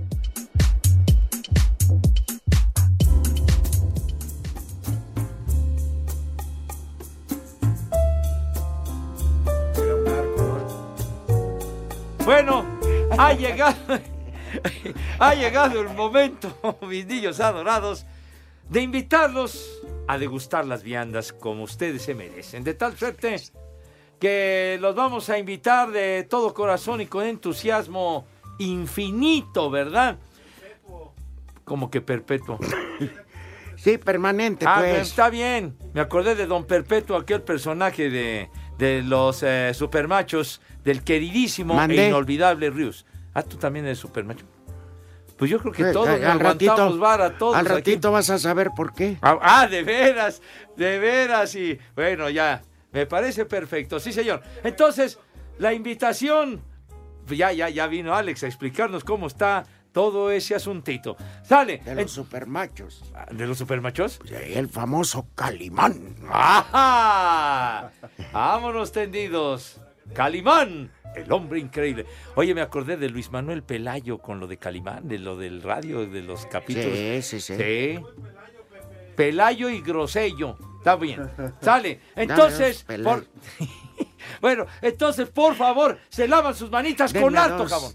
Speaker 4: Bueno, ha llegado, ha llegado el momento, mis niños adorados, de invitarlos a degustar las viandas como ustedes se merecen. De tal suerte que los vamos a invitar de todo corazón y con entusiasmo infinito, ¿verdad? Como que perpetuo.
Speaker 3: Sí, permanente,
Speaker 4: Ah, pero
Speaker 3: pues.
Speaker 4: está bien. Me acordé de Don Perpetuo, aquel personaje de, de los eh, supermachos, del queridísimo
Speaker 3: Mandé.
Speaker 4: e inolvidable Rius. Ah, tú también eres supermacho. Pues yo creo que
Speaker 3: Eh,
Speaker 4: todos
Speaker 3: eh,
Speaker 4: nos aguantamos vara, todos
Speaker 3: al
Speaker 4: aquí.
Speaker 3: ratito vas a saber por qué.
Speaker 4: Ah, ah, de veras, de veras. Y bueno, ya, me parece perfecto. Sí, señor. Entonces, la invitación, pues ya, ya, ya vino Alex a explicarnos cómo está todo ese asuntito. Sale. Ah,
Speaker 3: De los supermachos.
Speaker 4: ¿De los supermachos?
Speaker 3: Pues, eh, El famoso Calimán.
Speaker 4: ¡Ajá! Vámonos tendidos. Calimán, el hombre increíble. Oye, me acordé de Luis Manuel Pelayo con lo de Calimán, de lo del radio, de los capítulos.
Speaker 3: Sí, sí, sí.
Speaker 4: Sí. Pelayo y Grosello. Está bien. Sale. Entonces,
Speaker 3: Dame
Speaker 4: por-
Speaker 3: dos
Speaker 4: bueno, entonces, por favor, se lavan sus manitas con
Speaker 3: Denme
Speaker 4: harto
Speaker 3: dos.
Speaker 4: jabón.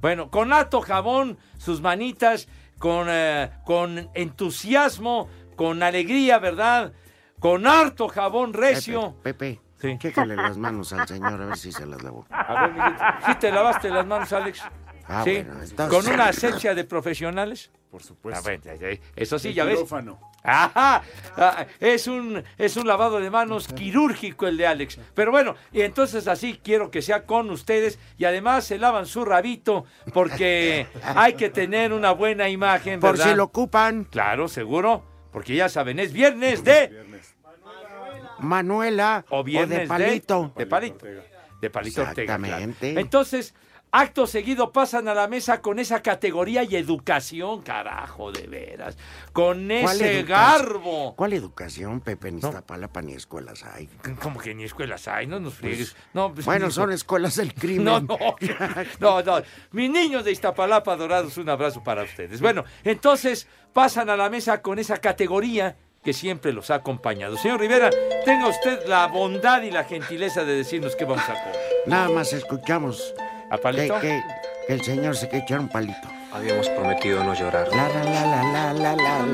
Speaker 4: Bueno, con harto jabón, sus manitas, con, eh, con entusiasmo, con alegría, ¿verdad? Con harto jabón recio.
Speaker 3: Pepe, chécale las manos al señor a ver si se las lavó.
Speaker 4: A ver, mijito, ¿sí te lavaste las manos, Alex?
Speaker 3: Ah,
Speaker 4: ¿Sí?
Speaker 3: bueno, entonces-
Speaker 4: ¿Con una esencia de profesionales? Por
Speaker 21: Pues,
Speaker 4: supuesto. eso sí,
Speaker 22: El
Speaker 4: ya ves.
Speaker 22: quirófano.
Speaker 4: Ajá, ah, es un, es un lavado de manos quirúrgico el de Alex. Pero bueno, y entonces así quiero que sea con ustedes y además se lavan su rabito porque hay que tener una buena imagen,
Speaker 3: Por
Speaker 4: ¿verdad?
Speaker 3: si lo ocupan,
Speaker 4: Claro, seguro, porque ya saben, es viernes de...
Speaker 3: Manuela o,
Speaker 4: O viernes
Speaker 3: de Palito.
Speaker 4: De, de palito. De palito Ortega, claro.
Speaker 3: Exactamente.
Speaker 4: Entonces, acto seguido pasan a la mesa con esa categoría y educación, carajo, de veras. Con
Speaker 3: ¿Cuál
Speaker 4: ese
Speaker 3: educación?
Speaker 4: garbo.
Speaker 3: ¿Cuál educación, Pepe? En Iztapalapa ni escuelas hay.
Speaker 4: Como que ni escuelas hay, no nos friegues. No, pues,
Speaker 3: Bueno,
Speaker 4: ni-
Speaker 3: son escuelas del crimen.
Speaker 4: No, no, no, no. Mis niños de Iztapalapa Dorados, un abrazo para ustedes. Bueno, entonces pasan a la mesa con esa categoría que siempre los ha acompañado. Señor Rivera, tenga usted la bondad y la gentileza de decirnos qué vamos a comer.
Speaker 3: Nada más escuchamos
Speaker 4: ¿A
Speaker 3: Que,
Speaker 4: palito?
Speaker 3: que- que el señor se quiere echar un palito.
Speaker 23: Habíamos prometido no llorar.
Speaker 3: La, la, la, la, la, la, la,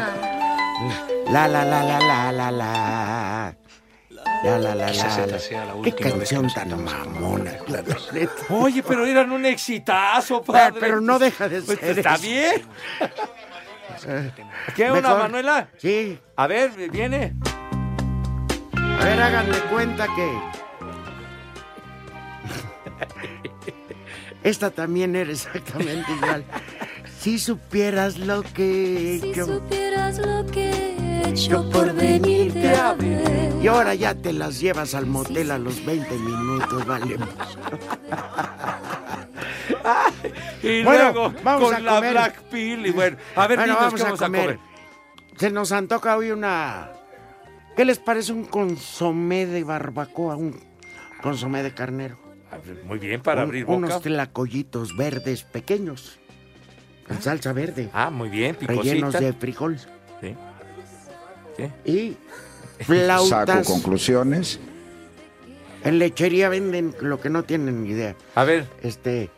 Speaker 3: la, la, la, la, la, la, la, la. La, la, la,
Speaker 23: Quizás
Speaker 3: la,
Speaker 23: esta
Speaker 3: la.
Speaker 23: sea la
Speaker 3: Qué
Speaker 23: última vez que
Speaker 3: canción tan mamona. la verdad.
Speaker 4: Oye, pero eran un exitazo, padre.
Speaker 3: Ah, pero no deja de
Speaker 4: Pues,
Speaker 3: ser
Speaker 4: ¿Está
Speaker 3: eso.
Speaker 4: bien? ¿Qué, una
Speaker 3: Mejor.
Speaker 4: Manuela?
Speaker 3: Sí.
Speaker 4: A ver, viene.
Speaker 3: A ver, háganme cuenta que. Esta también era exactamente igual. Si supieras lo que.
Speaker 2: Si
Speaker 3: yo-
Speaker 2: supieras lo que he hecho
Speaker 3: yo
Speaker 2: por venirte a ver.
Speaker 3: Y ahora ya te las llevas al motel a los 20 minutos, vale.
Speaker 4: Y
Speaker 3: Bueno,
Speaker 4: luego
Speaker 3: vamos
Speaker 4: con
Speaker 3: a
Speaker 4: la
Speaker 3: comer.
Speaker 4: Black Pill. Y bueno, a ver,
Speaker 3: Bueno,
Speaker 4: dinos qué vamos a comer.
Speaker 3: Se nos antoja hoy una. ¿Qué les parece un consomé de barbacoa? Un consomé de carnero.
Speaker 4: A ver, Muy bien, para
Speaker 3: Un-
Speaker 4: abrir boca.
Speaker 3: Unos tlacoyitos verdes pequeños. En salsa verde.
Speaker 4: Ah, muy bien, picosita.
Speaker 3: Rellenos de frijol.
Speaker 4: Sí.
Speaker 3: Y flautas.
Speaker 24: conclusiones.
Speaker 3: En lechería venden lo que no tienen ni idea.
Speaker 4: A ver.
Speaker 3: Este.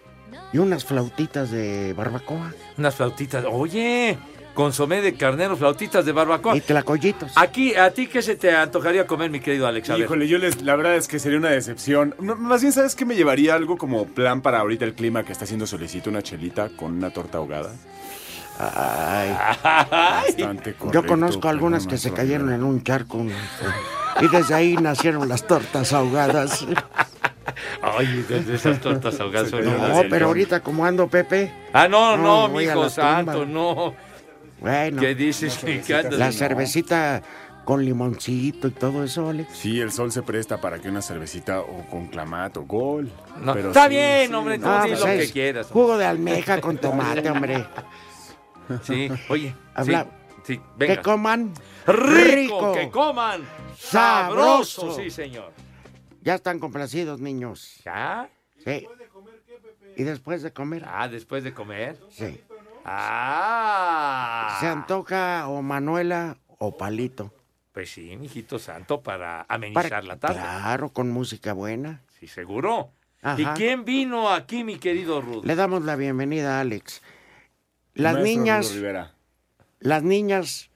Speaker 3: Y unas flautitas de barbacoa.
Speaker 4: Unas flautitas. Oye, consomé de carnero, flautitas de barbacoa.
Speaker 3: Y tlacoyitos.
Speaker 4: Aquí, ¿a ti qué se te antojaría comer, mi querido Alex? A ver.
Speaker 21: Híjole, yo les, la verdad es que sería una decepción. M- más bien, ¿sabes qué? Me llevaría algo como plan para ahorita el clima que está haciendo solicito una chelita con una torta ahogada.
Speaker 3: Ay.
Speaker 21: Bastante
Speaker 3: Yo
Speaker 21: correcto,
Speaker 3: conozco
Speaker 21: pero
Speaker 3: algunas
Speaker 21: no
Speaker 3: que
Speaker 21: más
Speaker 3: se
Speaker 21: rápido.
Speaker 3: cayeron en un charco. Y desde ahí nacieron las tortas ahogadas.
Speaker 4: Ay, de de esas tortas ahogadas. son unas
Speaker 3: No,
Speaker 4: del
Speaker 3: pero
Speaker 4: león.
Speaker 3: ahorita como ando, Pepe.
Speaker 4: Ah, no, no,
Speaker 3: voy a
Speaker 4: mijo
Speaker 3: la tumba.
Speaker 4: santo, no.
Speaker 3: Bueno.
Speaker 4: ¿Qué dices? ¿Qué andas?
Speaker 3: La cervecita con limoncito y todo eso, Alex.
Speaker 21: Sí, el sol se presta para que una cervecita o con clamato, gol. Pero
Speaker 4: está
Speaker 21: sí,
Speaker 4: bien,
Speaker 21: sí,
Speaker 4: hombre, tú
Speaker 21: no,
Speaker 4: di
Speaker 21: pues
Speaker 4: lo
Speaker 21: es-
Speaker 4: que quieras.
Speaker 3: Jugo de almeja con tomate, hombre.
Speaker 4: Sí, oye.
Speaker 3: Habla-
Speaker 4: Sí, sí, venga.
Speaker 3: Que coman
Speaker 4: rico, que coman
Speaker 3: Sabroso.
Speaker 4: sabroso. Sí, señor.
Speaker 3: Ya están complacidos, niños.
Speaker 4: ¿Ya?
Speaker 3: Sí. ¿Y después de comer?
Speaker 4: Ah, después de comer.
Speaker 3: Sí.
Speaker 4: Ah.
Speaker 3: Se antoja o Manuela o Palito.
Speaker 4: Pues sí, mijito santo, para amenizar
Speaker 3: Para-
Speaker 4: la tarde.
Speaker 3: Claro, con música buena.
Speaker 4: Sí, seguro.
Speaker 3: Ajá.
Speaker 4: ¿Y quién vino aquí, mi querido Rudo?
Speaker 3: Le damos la bienvenida a Alex. Las
Speaker 21: Maestro
Speaker 3: niñas,
Speaker 21: Rudo Rivera.
Speaker 3: las niñas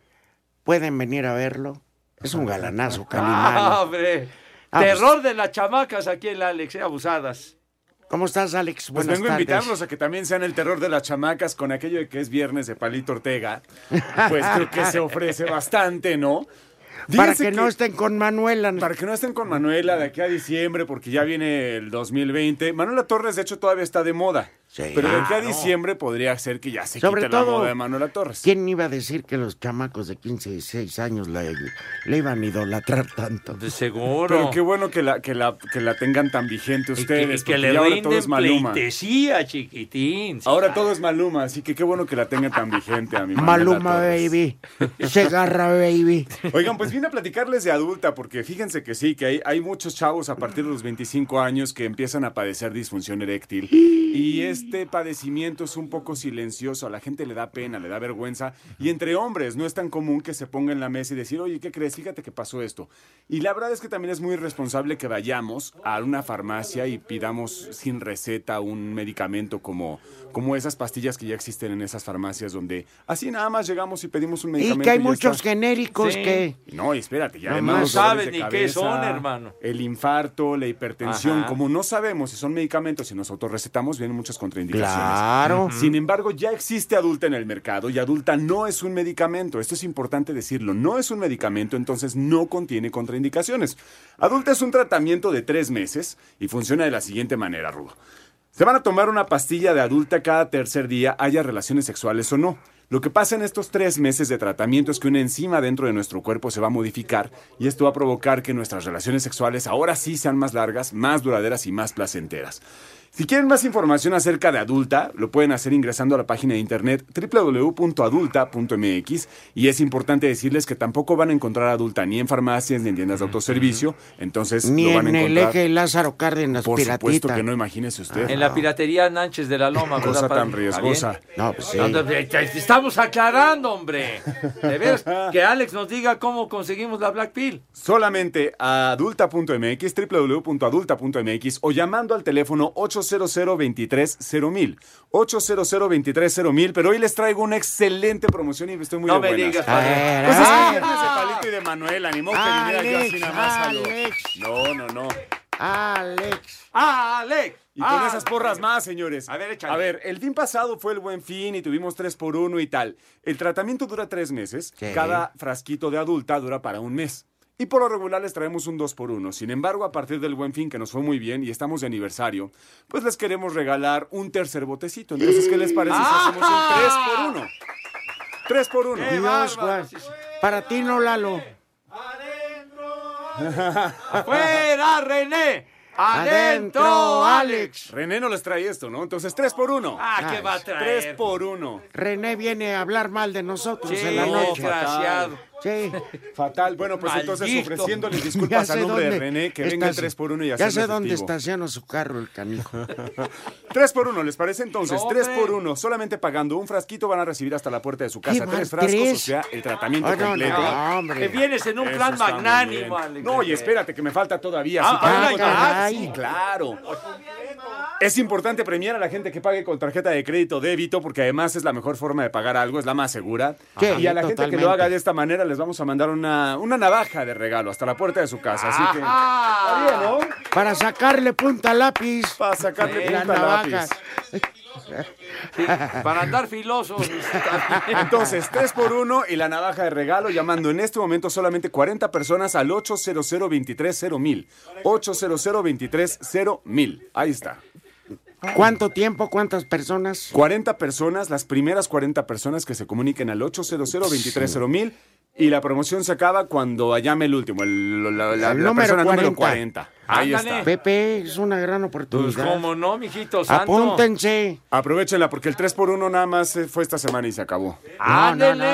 Speaker 3: pueden venir a verlo. Es un galanazo,
Speaker 4: Ah,
Speaker 3: Calimán.
Speaker 4: hombre.
Speaker 3: Ah, pues-
Speaker 4: Terror de las chamacas aquí en la Alex, eh, abusadas.
Speaker 3: ¿Cómo estás, Alex?
Speaker 21: Pues
Speaker 3: Buenas
Speaker 21: vengo a
Speaker 3: tardes.
Speaker 21: invitarlos a que también sean el terror de las chamacas con aquello de que es viernes de Palito Ortega. Pues creo que se ofrece bastante, ¿no?
Speaker 3: Para
Speaker 21: Fíjense
Speaker 3: que, no estén con Manuela.
Speaker 21: Para que no estén con Manuela de aquí a diciembre, porque ya viene el 2020. Manuela Torres, de hecho, todavía está de moda. Pero de aquí a
Speaker 3: Ah, no.
Speaker 21: diciembre podría ser que ya se
Speaker 3: Sobre
Speaker 21: quite
Speaker 3: todo,
Speaker 21: la moda de Manuela Torres.
Speaker 3: ¿Quién iba a decir que los chamacos de 15 y 6 años le, le iban a idolatrar tanto?
Speaker 4: seguro.
Speaker 21: Pero qué bueno que la, que la, que la tengan tan vigente ustedes.
Speaker 4: que, y que
Speaker 21: porque
Speaker 4: le
Speaker 21: ya ahora todo
Speaker 4: rinden
Speaker 21: es Maluma.
Speaker 4: pleitesía, chiquitín.
Speaker 21: Ahora todo es Maluma, así que qué bueno que la tengan tan vigente a mi Manuela
Speaker 3: Maluma,
Speaker 21: Torres.
Speaker 3: baby. Se agarra, baby.
Speaker 21: Oigan, pues vine a platicarles de adulta, porque fíjense que sí, que hay, hay muchos chavos a partir de los 25 años que empiezan a padecer disfunción eréctil. Y este padecimiento es un poco silencioso, a la gente le da pena, le da vergüenza. Y entre hombres no es tan común que se ponga en la mesa y decir, oye, ¿qué crees? Fíjate que pasó esto. Y la verdad es que también es muy irresponsable que vayamos a una farmacia y pidamos sin receta un medicamento como, como esas pastillas que ya existen en esas farmacias donde así nada más llegamos y pedimos un
Speaker 3: Y
Speaker 21: medicamento.
Speaker 3: que hay
Speaker 21: ya
Speaker 3: muchos
Speaker 21: está.
Speaker 3: genéricos
Speaker 21: Sí.
Speaker 3: que...
Speaker 21: No, y espérate, ya
Speaker 3: No
Speaker 21: además
Speaker 3: más
Speaker 21: los dolores
Speaker 3: sabes
Speaker 21: de
Speaker 3: ni qué son,
Speaker 21: cabeza,
Speaker 3: hermano.
Speaker 21: El infarto, la hipertensión,
Speaker 3: Ajá.
Speaker 21: como no sabemos si son medicamentos, si nos autorrecetamos, vienen muchas contraindicaciones.
Speaker 3: Claro.
Speaker 21: Ujú. Sin embargo, ya existe adulta en el mercado y adulta no es un medicamento. Esto es importante decirlo. No es un medicamento, entonces no contiene contraindicaciones. Adulta es un tratamiento de tres meses y funciona de la siguiente manera, Rudo. Se van a tomar una pastilla de adulta cada tercer día, haya relaciones sexuales o no. Lo que pasa en estos tres meses de tratamiento es que una enzima dentro de nuestro cuerpo se va a modificar y esto va a provocar que nuestras relaciones sexuales ahora sí sean más largas, más duraderas y más placenteras. Si quieren más información acerca de Adulta, lo pueden hacer ingresando a la página de internet www.adulta.mx y es importante decirles que tampoco van a encontrar Adulta ni en farmacias ni en tiendas de autoservicio, entonces
Speaker 3: Ni
Speaker 21: lo van a
Speaker 3: en el
Speaker 21: encontrar
Speaker 3: eje Lázaro Cárdenas,
Speaker 21: por
Speaker 3: piratita.
Speaker 21: supuesto que no, imagínese usted.
Speaker 4: En la piratería Nánchez de la Loma, ¿verdad,
Speaker 21: Ah. Cosa
Speaker 4: padre?
Speaker 21: tan riesgosa.
Speaker 4: ¿Está
Speaker 3: No, pues sí.
Speaker 4: bien? No, te- te- te Estamos aclarando, hombre. De veras, que Alex nos diga cómo conseguimos la Black Pill.
Speaker 21: Solamente a adulta.mx, www.adulta.mx o llamando al teléfono 800-23-0000. 800-23-0000, pero hoy les traigo una excelente promoción y estoy muy
Speaker 4: No
Speaker 21: de
Speaker 4: me
Speaker 21: buenas.
Speaker 4: digas, padre.
Speaker 21: Pues es que
Speaker 4: Ah.
Speaker 21: viernes de Palito y de Manuel, animó que viniera yo así nada más a lo- No, no, no.
Speaker 3: Alex.
Speaker 4: Alex.
Speaker 21: Y con esas porras más, señores. A ver, A ver, el fin pasado fue el buen fin y tuvimos tres por uno y tal. El tratamiento dura tres meses. Cada frasquito de adulta dura para un mes. Y por lo regular les traemos un dos por uno. Sin embargo, a partir del buen fin, que nos fue muy bien y estamos de aniversario, pues les queremos regalar un tercer botecito. Entonces, ¿qué les parece si
Speaker 3: ¡Ah!
Speaker 21: hacemos un tres por uno? Tres por uno.
Speaker 3: Dios, Juan. Para ti no, Lalo.
Speaker 4: ¡Fuera, René!
Speaker 21: Adentro,
Speaker 4: ¡Adentro, Alex!
Speaker 21: René no les trae esto, ¿no? Entonces, tres por uno.
Speaker 4: Ah, ¿qué va a traer?
Speaker 21: Tres por uno.
Speaker 3: René viene a hablar mal de nosotros
Speaker 21: Sí,
Speaker 3: en la
Speaker 21: no,
Speaker 3: noche.
Speaker 21: desgraciado.
Speaker 3: Sí.
Speaker 21: Fatal. Bueno, pues entonces Maldito. ofreciéndoles
Speaker 3: Ya
Speaker 21: disculpas
Speaker 3: sé
Speaker 21: a nombre de
Speaker 3: dónde
Speaker 21: René, que venga el
Speaker 3: estaci-
Speaker 21: 3 por 1 y
Speaker 3: Ya
Speaker 21: hacerlo
Speaker 3: sé dónde
Speaker 21: efectivo.
Speaker 3: estaciona su carro el canijo.
Speaker 21: 3 por 1, ¿les parece entonces?
Speaker 3: No,
Speaker 21: 3
Speaker 3: hombre.
Speaker 21: por 1, solamente pagando un frasquito van a recibir hasta la puerta de su casa
Speaker 3: ¿Qué mal
Speaker 21: tres frascos, o
Speaker 3: tres?
Speaker 21: sea, el tratamiento
Speaker 3: Ah, no,
Speaker 21: completo.
Speaker 3: no, hombre. Te vienes en un
Speaker 21: Eso
Speaker 3: plan
Speaker 21: está muy
Speaker 4: magnánimo,
Speaker 21: bien.
Speaker 4: Alex.
Speaker 21: No, y espérate que me falta todavía,
Speaker 4: Ah,
Speaker 21: así que
Speaker 4: ah,
Speaker 21: vamos a-
Speaker 4: caray.
Speaker 21: Sí, claro. Es importante premiar a la gente que pague con tarjeta de crédito o débito porque además es la mejor forma de pagar algo, es la más segura.
Speaker 3: Sí,
Speaker 21: y a la gente que
Speaker 3: totalmente.
Speaker 21: lo haga de esta manera les vamos a mandar una, una navaja de regalo hasta la puerta de su casa. Así que
Speaker 4: Ah.
Speaker 21: está bien, ¿no?
Speaker 3: Para sacarle punta al lápiz.
Speaker 21: Para sacarle
Speaker 3: la
Speaker 21: punta al
Speaker 3: navaja.
Speaker 21: lápiz.
Speaker 4: Sí, para andar filoso.
Speaker 21: Entonces, 3 por 1 y la navaja de regalo llamando en este momento solamente 40 personas al 800 230 800 230 Ahí está.
Speaker 3: ¿Cuánto tiempo? ¿Cuántas personas?
Speaker 21: 40 personas, las primeras 40 personas que se comuniquen al 800 230 y la promoción se acaba cuando llame el último, el, la, la-
Speaker 3: El
Speaker 21: la
Speaker 3: número
Speaker 21: persona
Speaker 3: 40.
Speaker 21: número 40. Ahí está.
Speaker 3: Pepe, es una gran oportunidad.
Speaker 21: Pues, ¿cómo
Speaker 4: no, mijito
Speaker 3: santo? Apúntense.
Speaker 21: Aprovechenla porque el 3 por 1 nada más eh, fue esta semana y se acabó.
Speaker 3: No, no, no.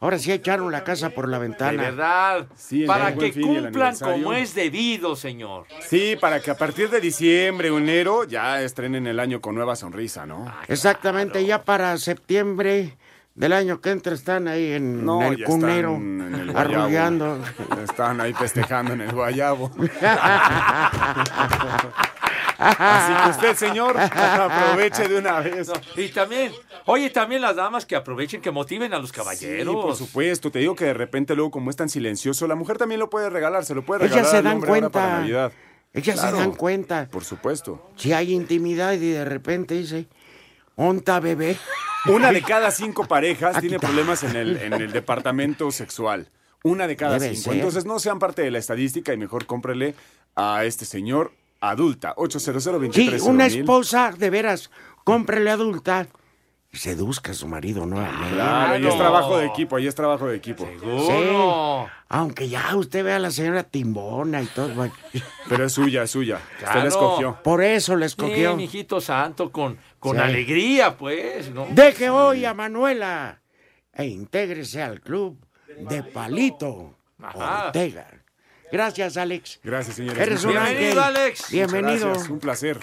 Speaker 3: Ahora sí echaron la casa por la ventana.
Speaker 21: De
Speaker 4: verdad.
Speaker 21: Sí, el
Speaker 4: para
Speaker 21: del Buen
Speaker 4: que
Speaker 21: Fin y el
Speaker 4: cumplan
Speaker 21: aniversario.
Speaker 4: como es debido, señor.
Speaker 21: Sí, para que a partir de diciembre o enero ya estrenen el año con nueva sonrisa, ¿no?
Speaker 3: Ah, Exactamente, ya para septiembre del año que entra están ahí en
Speaker 21: No,
Speaker 3: el
Speaker 21: ya
Speaker 3: cunero,
Speaker 21: están en el guayabo.
Speaker 3: arrullando.
Speaker 21: Están ahí festejando en el guayabo. Así que usted, señor, aproveche de una vez.
Speaker 4: y también, oye, también las damas que aprovechen, que motiven a los
Speaker 21: Sí,
Speaker 4: caballeros.
Speaker 21: por supuesto. Te digo que de repente luego, como es tan silencioso, la mujer también lo puede regalar. Se lo puede
Speaker 3: Ellas
Speaker 21: regalar
Speaker 3: se
Speaker 21: al
Speaker 3: dan
Speaker 21: hombre ahora
Speaker 3: cuenta.
Speaker 21: para Navidad.
Speaker 3: Ellas
Speaker 21: Claro.
Speaker 3: se dan cuenta.
Speaker 21: Por supuesto.
Speaker 3: Si hay intimidad y de repente dice, onta bebé.
Speaker 21: Una de cada cinco parejas tiene problemas en el, en el departamento sexual. Una de cada
Speaker 3: Debe
Speaker 21: cinco.
Speaker 3: ser.
Speaker 21: Entonces no sean parte de la estadística y mejor cómprele a este señor adulta. 800
Speaker 3: Sí,
Speaker 21: 23
Speaker 3: una esposa, de veras, cómprele adulta. y Seduzca a su marido nuevamente.
Speaker 21: Claro, ahí es trabajo de equipo, ahí es trabajo de equipo.
Speaker 3: Sí. Aunque ya usted vea a la señora Timbona y todo. bueno.
Speaker 21: Pero es suya, es suya. Usted
Speaker 3: Claro.
Speaker 21: la escogió.
Speaker 3: Por eso la
Speaker 4: Sí,
Speaker 3: escogió.
Speaker 4: mijito santo, con, con
Speaker 3: Sí.
Speaker 4: alegría, pues, ¿no?
Speaker 3: Deje hoy a Manuela e intégrese al club de Palito
Speaker 4: Ajá.
Speaker 3: Ortega. Gracias, Alex.
Speaker 21: Gracias, señores.
Speaker 3: Eres un
Speaker 21: Bienvenido,
Speaker 3: ángel.
Speaker 21: Alex. Muchas
Speaker 3: Bienvenido.
Speaker 21: gracias, Un placer.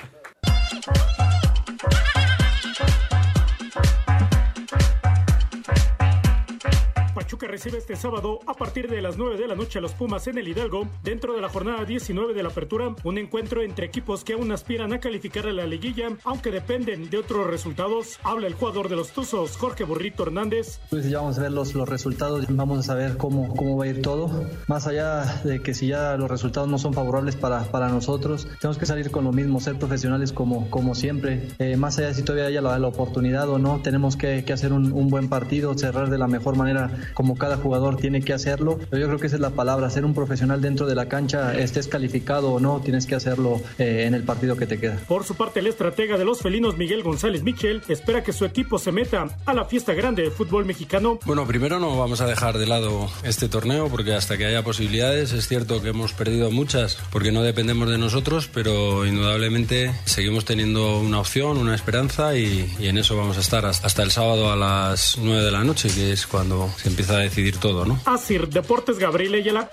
Speaker 25: Pachuca recibe este sábado a partir de las 9 de la noche a los Pumas en el Hidalgo, dentro de la jornada 19 de la apertura, un encuentro entre equipos que aún aspiran a calificar a la liguilla, aunque dependen de otros resultados. Habla el jugador de los Tuzos, Jorge Burrito Hernández.
Speaker 26: Pues ya vamos a ver los, los resultados, vamos a saber cómo, cómo va a ir todo. Más allá de que si ya los resultados no son favorables para, para nosotros, tenemos que salir con lo mismo, ser profesionales como, como siempre. Eh, más allá de si todavía haya la, la oportunidad o no, tenemos que, que hacer un, un buen partido, cerrar de la mejor manera como cada jugador tiene que hacerlo. Pero yo creo que esa es la palabra, ser un profesional dentro de la cancha, estés calificado o no, tienes que hacerlo eh, en el partido que te queda.
Speaker 25: Por su parte, el estratega de los felinos Miguel González Michel espera que su equipo se meta a la fiesta grande del fútbol mexicano.
Speaker 8: Bueno, primero no vamos a dejar de lado este torneo porque hasta que haya posibilidades es cierto que hemos perdido muchas porque no dependemos de nosotros, pero indudablemente seguimos teniendo una opción, una esperanza y, y en eso vamos a estar hasta hasta el sábado a las 9 de la noche, que es cuando se empieza a decidir todo, ¿no?
Speaker 25: Asir Deportes Gabriel Ayala.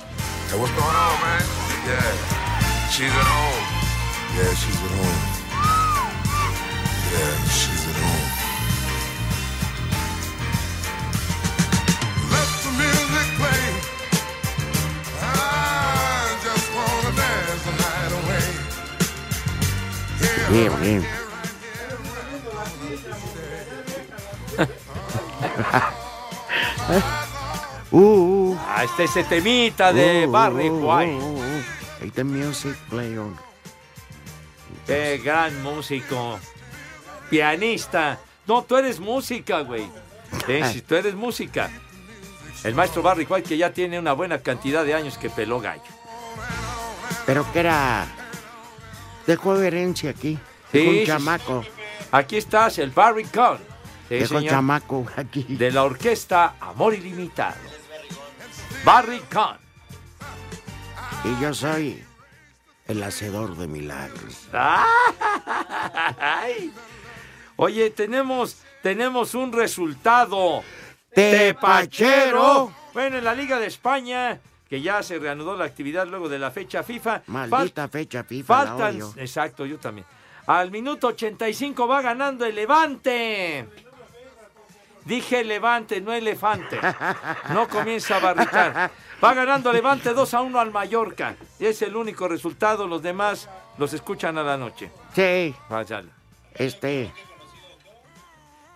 Speaker 2: She's at home. Yeah, she's at home. Yeah, she's at home. Let the music play. I just wanna dance the night away.
Speaker 3: Bien, bien. uh, uh.
Speaker 4: Ah, este ese temita de
Speaker 3: Uh,
Speaker 4: Barry
Speaker 3: uh,
Speaker 4: White.
Speaker 3: uh, uh, uh. Ahí está music play on.
Speaker 21: uh.
Speaker 4: Qué gran músico. Pianista. No, tú eres música, güey. Eh,
Speaker 21: Ah.
Speaker 4: si tú eres música. El maestro Barry White, que ya tiene una buena cantidad de años que peló gallo.
Speaker 3: Pero que era. Dejó herencia aquí.
Speaker 4: Sí,
Speaker 3: Dejó
Speaker 4: sí,
Speaker 3: un
Speaker 4: sí.
Speaker 3: chamaco.
Speaker 4: Aquí estás, el Barry Cohn. Sí,
Speaker 3: Dejó un
Speaker 4: señor.
Speaker 3: chamaco aquí.
Speaker 4: De la orquesta Amor Ilimitado. Barry Cohn.
Speaker 3: Y yo soy el hacedor de milagros.
Speaker 4: ¡Ay! Oye, tenemos, tenemos un resultado.
Speaker 3: ¡Tepachero!
Speaker 4: Bueno, en la Liga de España, que ya se reanudó la actividad luego de la fecha FIFA.
Speaker 3: Maldita fecha, FIFA. la
Speaker 4: Faltan,
Speaker 3: odio.
Speaker 4: exacto, yo también. Al minuto 85 va ganando el Levante. Dije Levante, no elefante. No comienza a barricar. Va ganando Levante 2 a 1 al Mallorca. Es el único resultado. Los demás los escuchan a la noche.
Speaker 3: Sí,
Speaker 4: Váyale.
Speaker 3: este.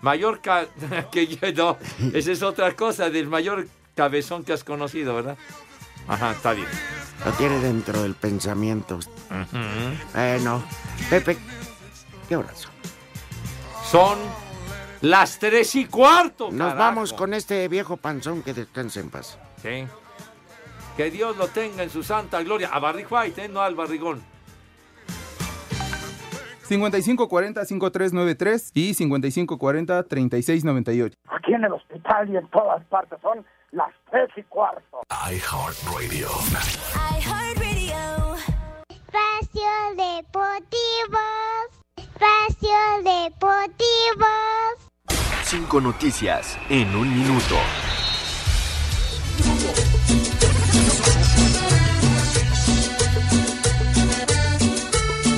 Speaker 4: Mallorca, que yo no. Esa es otra cosa del mayor cabezón que has conocido, ¿verdad? Ajá, está bien.
Speaker 3: Lo tiene dentro del pensamiento. Bueno, Pepe, ¿qué horas son?
Speaker 4: Son las tres y cuarto.
Speaker 3: Nos
Speaker 4: carajo.
Speaker 3: vamos con este viejo panzón que descanse en paz.
Speaker 4: Sí. Que Dios lo tenga en su santa gloria. A Barry White, ¿eh? no al barrigón.
Speaker 5: 5540-5393 y 5540-3698.
Speaker 11: Aquí en el hospital y en todas partes son las tres y cuarto.
Speaker 24: iHeartRadio.
Speaker 7: Espacio Deportivo. Espacio Deportivo.
Speaker 12: Cinco noticias en un minuto.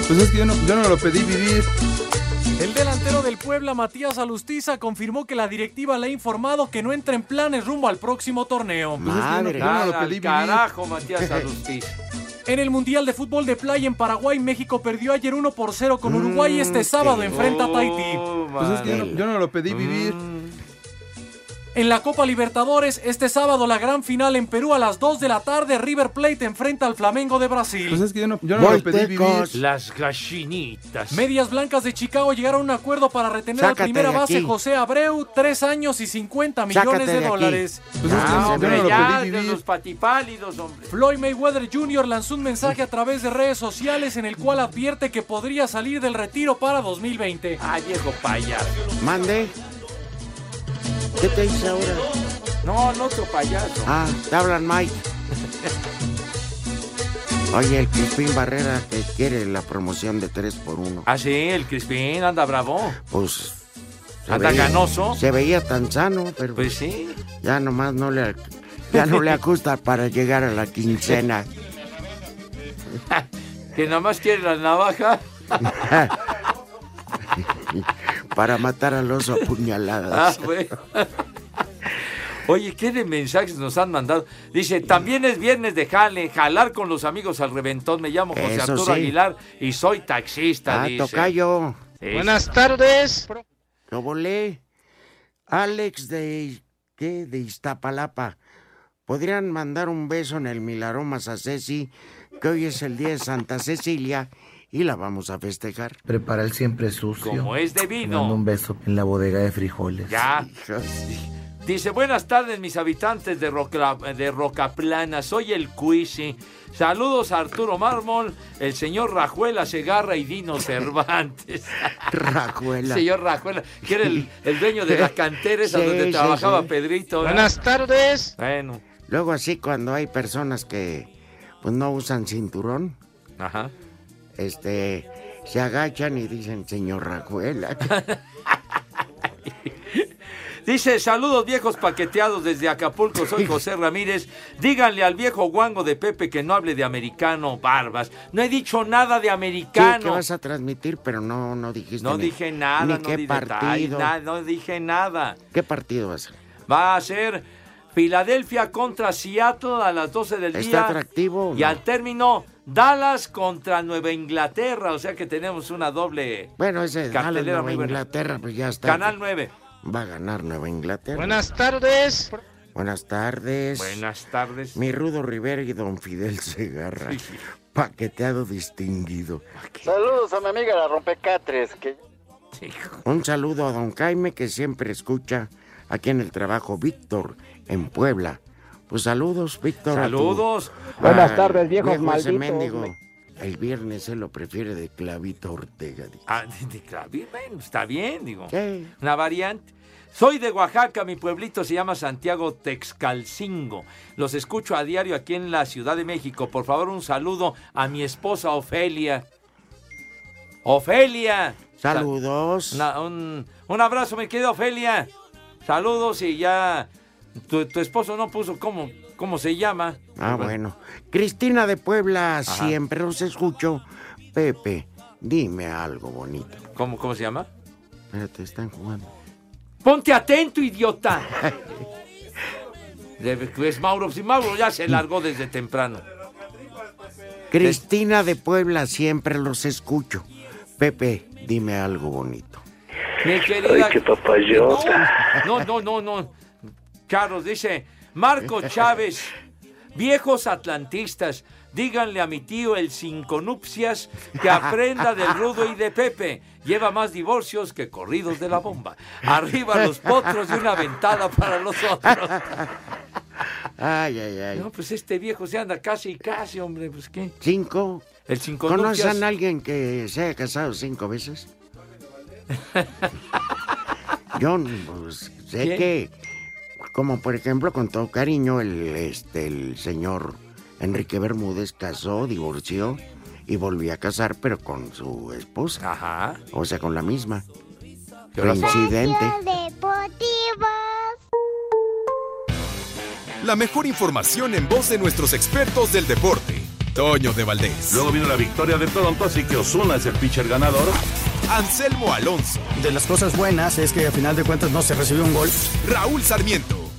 Speaker 5: Pues es que yo no, yo no lo pedí vivir.
Speaker 13: El delantero del Puebla, Matías Alustiza, confirmó que la directiva le ha informado que no entra en planes rumbo al próximo torneo.
Speaker 5: Pues
Speaker 4: Pues Al
Speaker 5: ¿eh?
Speaker 4: carajo, Matías Alustiza.
Speaker 13: En el Mundial de Fútbol de Playa en Paraguay, México perdió ayer 1 por 0 con
Speaker 5: Mm,
Speaker 13: Uruguay y este sábado enfrenta a Tahití.
Speaker 5: Pues es que yo no, yo no lo pedí vivir.
Speaker 13: En la Copa Libertadores, este sábado la gran final en Perú a las 2 de la tarde, River Plate enfrenta al Flamengo de Brasil.
Speaker 5: Pues es que yo no, yo no lo pedí vivir.
Speaker 4: Las gallinitas.
Speaker 13: Medias Blancas de Chicago llegaron a un acuerdo para retener
Speaker 4: Sácate
Speaker 13: al primera
Speaker 4: de
Speaker 13: base
Speaker 4: aquí.
Speaker 13: José Abreu, 3 años y 50 millones
Speaker 4: Sácate
Speaker 13: de,
Speaker 4: de aquí.
Speaker 13: dólares.
Speaker 4: Pues es que Ah, yo no hombre, lo ya, pedí de vivir. los
Speaker 13: patipálidos, hombre. Floyd Mayweather Jr. lanzó un mensaje a través de redes sociales en el cual advierte que podría salir del retiro para 2020. Ah, viejo payaso.
Speaker 3: Mande. ¿Qué te dice ahora?
Speaker 4: No, no, otro payaso.
Speaker 3: Ah, te hablan Mike. Oye, el Crispín Barrera que quiere la promoción de 3x1.
Speaker 4: Ah, sí, el Crispín anda bravo.
Speaker 3: Pues. se
Speaker 4: Anda
Speaker 3: veía-
Speaker 4: ganoso.
Speaker 3: Se veía tan sano, pero.
Speaker 4: Pues sí.
Speaker 3: Ya nomás no le. al- Ya no le ajusta para llegar a la quincena.
Speaker 4: Que nada más quiere la navaja.
Speaker 3: para matar al oso a
Speaker 4: Ah,
Speaker 3: puñaladas.
Speaker 4: güey. Oye, ¿qué de mensajes nos han mandado? Dice, también es viernes de jale, jalar con los amigos al reventón. Me llamo José
Speaker 3: Eso
Speaker 4: Arturo
Speaker 3: sí.
Speaker 4: Aguilar y soy taxista,
Speaker 3: Ah,
Speaker 4: dice.
Speaker 3: tocayo.
Speaker 4: Sí.
Speaker 3: tardes. Pues, Lo volé. Alex de, ¿qué? de Iztapalapa. ¿Podrían mandar un beso en el Milaromas a Ceci? Que hoy es el día de Santa Cecilia y la vamos a festejar.
Speaker 27: Prepara el siempre sucio.
Speaker 4: Como es debido.
Speaker 27: Dando un beso en la bodega de frijoles.
Speaker 4: Ya. Dice, buenas tardes mis habitantes de, Rocla- de Rocaplana, soy el Cuisi. Saludos a Arturo Mármol, el señor Rajuela Segarra y Dino Cervantes.
Speaker 3: Rajuela.
Speaker 4: señor Rajuela, que era el, el dueño de las canteras a
Speaker 3: Sí,
Speaker 4: donde
Speaker 3: sí,
Speaker 4: trabajaba
Speaker 3: sí.
Speaker 4: Pedrito. ¿verdad?
Speaker 3: tardes.
Speaker 4: Bueno.
Speaker 3: Luego así cuando hay personas que pues no usan cinturón,
Speaker 4: Ajá.
Speaker 3: este se agachan y dicen, señor Rajuela.
Speaker 4: Dice, saludos viejos paqueteados desde Acapulco, soy José Ramírez. Díganle al viejo guango de Pepe que no hable de americano, barbas. No he dicho nada de
Speaker 3: Sí,
Speaker 4: americano.
Speaker 3: que vas a transmitir, pero no, no dijiste.
Speaker 4: No
Speaker 3: ni-
Speaker 4: dije nada,
Speaker 3: ni
Speaker 4: no
Speaker 3: qué
Speaker 4: di detalles,
Speaker 3: partido.
Speaker 4: nada, no dije nada.
Speaker 3: ¿Qué partido va a ser?
Speaker 4: Va a ser Filadelfia contra Seattle a las 12 del
Speaker 3: ¿Está
Speaker 4: día.
Speaker 3: atractivo? o
Speaker 4: Y
Speaker 3: no?
Speaker 4: al término, Dallas contra Nueva Inglaterra. O sea que tenemos una doble
Speaker 3: Bueno, ese de Dallas,
Speaker 4: cartelera
Speaker 3: Nueva
Speaker 4: muy buena.
Speaker 3: Inglaterra, pues ya está.
Speaker 4: Canal 9.
Speaker 3: Va a ganar Nueva Inglaterra.
Speaker 4: tardes.
Speaker 3: Buenas tardes.
Speaker 4: Buenas tardes.
Speaker 3: Mi Rudo Rivera y don Fidel Segarra. Paqueteado distinguido.
Speaker 28: Saludos a mi amiga la rompecatres. Que...
Speaker 3: Un saludo a don Jaime que siempre escucha aquí en el trabajo, Víctor, en Puebla. Pues saludos, Víctor. a tu-
Speaker 4: Saludos.
Speaker 3: a-
Speaker 28: Buenas tardes, viejos
Speaker 3: viejo ese
Speaker 28: malditos.
Speaker 3: mendigo. El viernes él lo prefiere de clavito Ortega. dice.
Speaker 4: Ah, de, de clavi- bueno, está bien, digo. Una variante. Soy de Oaxaca, mi pueblito se llama Santiago Texcalcingo. Los escucho a diario aquí en la Ciudad de México. Por favor, un saludo a mi esposa Ofelia. Ofelia.
Speaker 3: Saludos.
Speaker 4: Una- un, un abrazo, mi querida Ofelia. Saludos y ya... Tu, tu esposo no puso cómo, cómo se llama.
Speaker 3: Ah, bueno. Cristina de Puebla, siempre los escucho. Pepe, dime algo bonito.
Speaker 4: ¿Cómo, cómo se llama?
Speaker 3: Espérate, están jugando.
Speaker 4: Ponte atento, idiota. De- Es pues, Mauro. Si Mauro ya se largó desde temprano.
Speaker 3: Cristina de Puebla, siempre los escucho. Pepe, dime algo bonito.
Speaker 4: Mi querida.
Speaker 3: Ay, qué papayota.
Speaker 4: No, no, no, no. Carlos dice: Marco Chávez, viejos atlantistas, Díganle a mi tío el cinco nupcias que aprenda del rudo y de Pepe. Lleva más divorcios que corridos de la bomba. Arriba los potros y una ventada para los otros.
Speaker 3: Ay, ay, ay.
Speaker 4: No, pues este viejo se anda casi y casi, hombre, pues qué.
Speaker 3: Cinco.
Speaker 4: El cinco
Speaker 3: ¿Conocen
Speaker 4: nupcias.
Speaker 3: a alguien que se haya casado cinco veces? Yo pues, sé
Speaker 4: ¿Quién?
Speaker 3: que, como por ejemplo, con todo cariño, el, este, el señor Enrique Bermúdez casó, divorció y volvió a casar, pero con su esposa.
Speaker 4: Ajá.
Speaker 3: O sea, con la misma.
Speaker 7: ahora-
Speaker 3: Coincidente.
Speaker 7: Deportivos.
Speaker 10: La mejor información en voz de nuestros expertos del deporte. Toño de Valdés.
Speaker 14: Luego vino la victoria de Toronto, así que Osuna es el pitcher ganador.
Speaker 10: Anselmo Alonso.
Speaker 15: De las cosas buenas es que a final de cuentas no se recibió un gol.
Speaker 10: Raúl Sarmiento.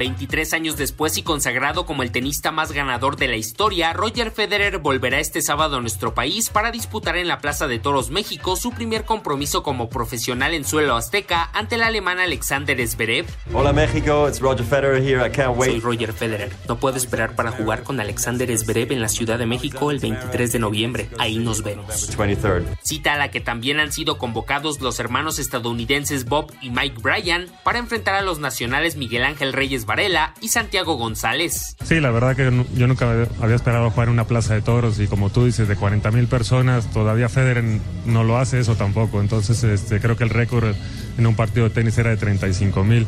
Speaker 16: 23 años después y consagrado como el tenista más ganador de la historia, Roger Federer volverá este sábado a nuestro país para disputar en la Plaza de Toros México su primer compromiso como profesional en suelo azteca ante el alemán Alexander Zverev.
Speaker 17: Hola México, it's Roger Federer here. I can't wait.
Speaker 16: Soy Roger Federer. No puedo esperar para jugar con Alexander Zverev en la Ciudad de México el 23 de noviembre. Ahí nos vemos.
Speaker 17: 23rd.
Speaker 16: Cita a la que también han sido convocados los hermanos estadounidenses Bob y Mike Bryan para enfrentar a los nacionales Miguel Ángel Reyes Varela y Santiago González.
Speaker 18: Sí, la verdad que no- yo nunca había- había esperado jugar en una plaza de toros y como tú dices, de 40 mil personas, todavía Federer no lo hace eso tampoco. Entonces este, creo que el récord en un partido de tenis era de 35 mil.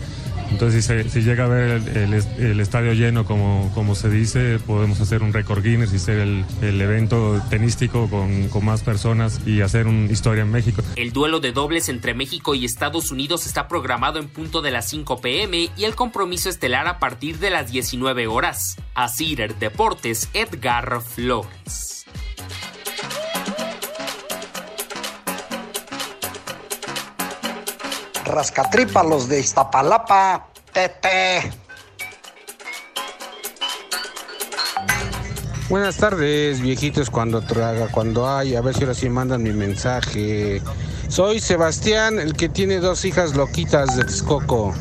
Speaker 18: Entonces si, se- si llega a ver el, el es- el estadio lleno, como, como se dice, podemos hacer un récord Guinness y ser el, el evento tenístico con, con más personas y hacer una historia en México.
Speaker 16: El duelo de dobles entre México y Estados Unidos está programado en punto de las 5 pm y el compromiso estelar a partir de las 19 horas. A Cider Deportes, Edgar Flores.
Speaker 29: Rascatripa los de Iztapalapa, Tete.
Speaker 30: Buenas tardes, viejitos cuando traga, cuando hay, a ver si ahora sí mandan mi mensaje. Soy Sebastián, el que tiene dos hijas loquitas de Texcoco.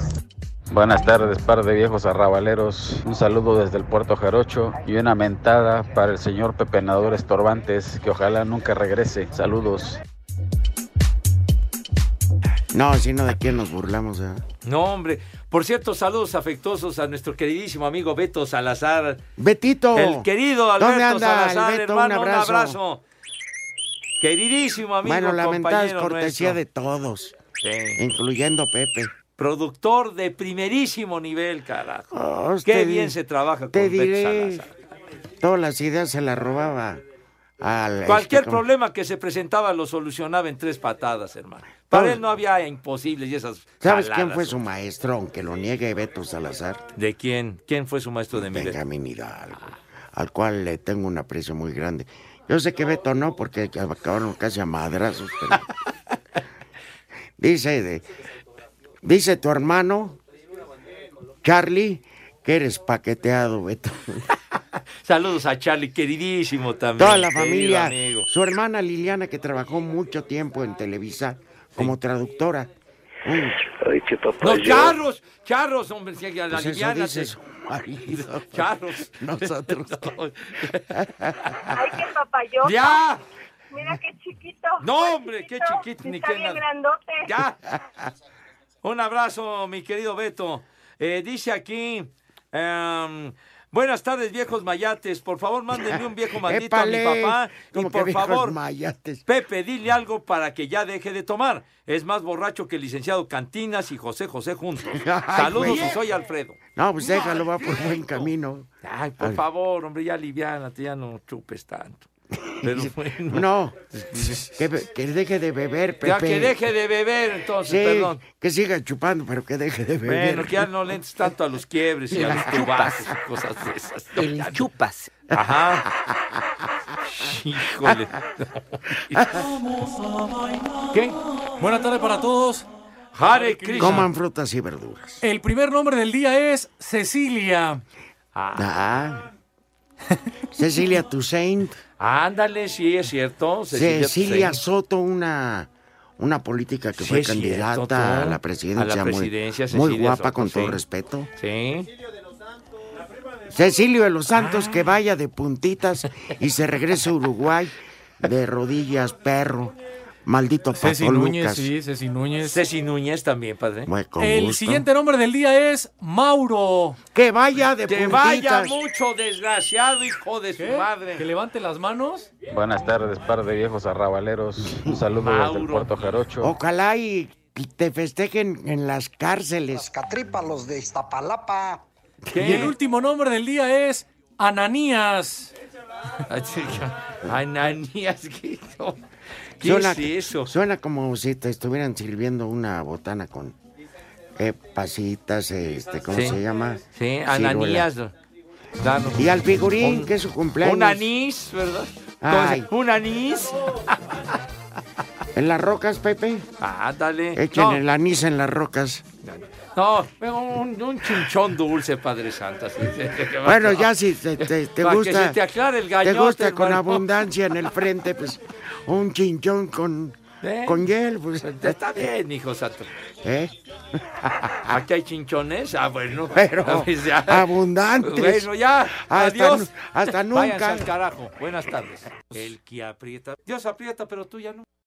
Speaker 31: Buenas tardes, par de viejos arrabaleros. Un saludo desde el Puerto Jarocho y una mentada para el señor Pepenador Estorbantes, que ojalá nunca regrese. Saludos.
Speaker 3: No, sino de quién nos burlamos, eh? ¿verdad?
Speaker 4: No, hombre. Por cierto, saludos afectuosos a nuestro queridísimo amigo Beto Salazar.
Speaker 3: Betito.
Speaker 4: El querido
Speaker 3: ¿Dónde
Speaker 4: Alberto
Speaker 3: anda,
Speaker 4: Salazar,
Speaker 3: Alberto?
Speaker 4: hermano,
Speaker 3: Un abrazo.
Speaker 4: Queridísimo amigo,
Speaker 3: bueno, la mentada es
Speaker 4: compañero
Speaker 3: cortesía
Speaker 4: nuestro.
Speaker 3: de todos,
Speaker 4: Sí.
Speaker 3: incluyendo Pepe.
Speaker 4: Productor de primerísimo nivel, carajo.
Speaker 3: Oh,
Speaker 4: Qué
Speaker 3: te di-
Speaker 4: bien se trabaja con
Speaker 3: Te
Speaker 4: Beto
Speaker 3: diré, este,
Speaker 4: Salazar.
Speaker 3: todas las ideas se las robaba al...
Speaker 4: Cualquier
Speaker 3: este, ¿cómo?
Speaker 4: problema que se presentaba lo solucionaba en tres patadas, hermano. Para él no había imposibles y esas.
Speaker 3: ¿Sabes
Speaker 4: jaladas.
Speaker 3: quién fue su maestro, aunque lo niegue Beto Salazar?
Speaker 4: ¿De quién? ¿Quién fue su maestro de mi
Speaker 3: Benjamín Hidalgo, al cual le tengo un aprecio muy grande. Yo sé que Beto no, porque acabaron casi a madrazos, pero... dice, de- dice tu hermano, Charlie, que eres paqueteado, Beto.
Speaker 4: Saludos a Charlie, queridísimo también.
Speaker 3: Toda la
Speaker 4: querido
Speaker 3: familia,
Speaker 4: amigo.
Speaker 3: su hermana Liliana, que trabajó mucho tiempo en Televisa como traductora. Ay, qué papá.
Speaker 4: No, charros, charros, hombre, sí, a la
Speaker 3: Pues eso
Speaker 4: liviana.
Speaker 3: dice
Speaker 4: sí.
Speaker 3: su marido.
Speaker 4: Charros.
Speaker 3: Nosotros.
Speaker 32: Ay, qué papayota.
Speaker 4: ¡Ya!
Speaker 32: Mira qué chiquito.
Speaker 4: No, hombre, qué chiquito,
Speaker 32: Sí
Speaker 4: ni
Speaker 32: está
Speaker 4: qué
Speaker 32: bien
Speaker 4: nada.
Speaker 32: grandote.
Speaker 4: Ya. Un abrazo, mi querido Beto. Eh, dice aquí. em, Buenas tardes, viejos mayates. Por favor, mándenme un viejo maldito a mi
Speaker 3: Épale,
Speaker 4: papá. Y
Speaker 3: como que
Speaker 4: por
Speaker 3: viejos
Speaker 4: favor,
Speaker 3: mayates.
Speaker 4: Pepe, dile algo para que ya deje de tomar. Es más borracho que el licenciado Cantinas y José José juntos.
Speaker 3: Ay,
Speaker 4: Saludos
Speaker 3: güey.
Speaker 4: y soy Alfredo.
Speaker 3: No, pues déjalo, va por buen camino.
Speaker 4: Ay, por
Speaker 3: Ay.
Speaker 4: favor, hombre, ya aliviánate, ya no chupes tanto. Pero bueno.
Speaker 3: No, que, be- que deje de beber, Pepe.
Speaker 4: Ya que deje de beber, entonces,
Speaker 3: Sí,
Speaker 4: perdón.
Speaker 3: que siga chupando, pero que deje de beber.
Speaker 4: Bueno, que ya no le entres tanto a los quiebres y a los tubazos y cosas de esas. No, ya no.
Speaker 31: chupas.
Speaker 4: Ajá. Híjole.
Speaker 31: Vamos a bailar.
Speaker 4: ¿Qué?
Speaker 13: Buena tarde para todos.
Speaker 4: Hare Krishna.
Speaker 3: Coman frutas y verduras.
Speaker 13: El primer nombre del día es Cecilia.
Speaker 3: Ah. Cecilia Toussaint.
Speaker 4: Ándale, sí, es cierto.
Speaker 3: Cecilia,
Speaker 4: Toussaint.
Speaker 3: Soto, una, una política que
Speaker 4: Sí,
Speaker 3: fue
Speaker 4: es cierto,
Speaker 3: candidata
Speaker 4: tú.
Speaker 3: a la presidencia.
Speaker 4: A la
Speaker 3: muy-
Speaker 4: presidencia,
Speaker 3: muy,
Speaker 4: Cecilia
Speaker 3: guapa,
Speaker 4: Soto,
Speaker 3: con todo
Speaker 4: sí.
Speaker 3: respeto.
Speaker 4: Sí. Ah.
Speaker 3: Cecilio de los Santos, que vaya de puntitas y se regrese a Uruguay de rodillas, perro. Maldito
Speaker 13: Ceci
Speaker 3: Pato Lucas.
Speaker 13: sí, Ceci Núñez.
Speaker 4: Ceci Núñez también, padre.
Speaker 3: Bueno, con
Speaker 13: El
Speaker 3: gusto.
Speaker 13: siguiente nombre del día es Mauro.
Speaker 3: Que vaya de
Speaker 4: Que vaya mucho desgraciado, hijo de su madre.
Speaker 13: Que levante las manos.
Speaker 31: Buenas tardes, par de viejos arrabaleros. Un saludo desde el
Speaker 3: Mauro.
Speaker 31: Puerto Jarocho.
Speaker 3: Ojalá y te festejen en las cárceles.
Speaker 29: Catripalos de Iztapalapa.
Speaker 13: Y el último nombre del día es Ananías.
Speaker 4: Ananías, ¿qué, ¿Qué es eso?
Speaker 3: Suena como si te estuvieran sirviendo una botana con eh, pasitas, este, ¿cómo
Speaker 4: Sí.
Speaker 3: se llama?
Speaker 4: Sí,
Speaker 3: Ciruela.
Speaker 4: Ananías. danos.
Speaker 3: Y al figurín,
Speaker 4: Un-
Speaker 3: que es su cumpleaños.
Speaker 4: Un anís, ¿verdad?
Speaker 3: Ay.
Speaker 4: Un anís.
Speaker 3: ¿En las rocas, Pepe?
Speaker 4: Ah, dale.
Speaker 3: Echen
Speaker 4: No.
Speaker 3: el anís en las rocas.
Speaker 4: No, un, un chinchón dulce, Padre Santa. sí, sí, que va-
Speaker 3: Bueno, ya si te, te- te
Speaker 4: Para que
Speaker 3: gusta.
Speaker 4: se te aclare el
Speaker 3: te
Speaker 4: gallote,
Speaker 3: gusta con
Speaker 4: hermano.
Speaker 3: abundancia en el frente, pues un chinchón con,
Speaker 4: ¿Eh?
Speaker 3: con hiel, pues.
Speaker 4: Está bien, hijo santo.
Speaker 3: ¿Eh?
Speaker 4: Aquí hay chinchones. Ah, bueno.
Speaker 3: Pero
Speaker 4: A ver, ya.
Speaker 3: abundantes.
Speaker 4: Bueno, ya.
Speaker 3: Hasta
Speaker 4: Adiós.
Speaker 3: nu- hasta
Speaker 4: Váyanse
Speaker 3: nunca.
Speaker 4: al carajo. Buenas tardes. El que aprieta. Dios aprieta, pero tú ya no.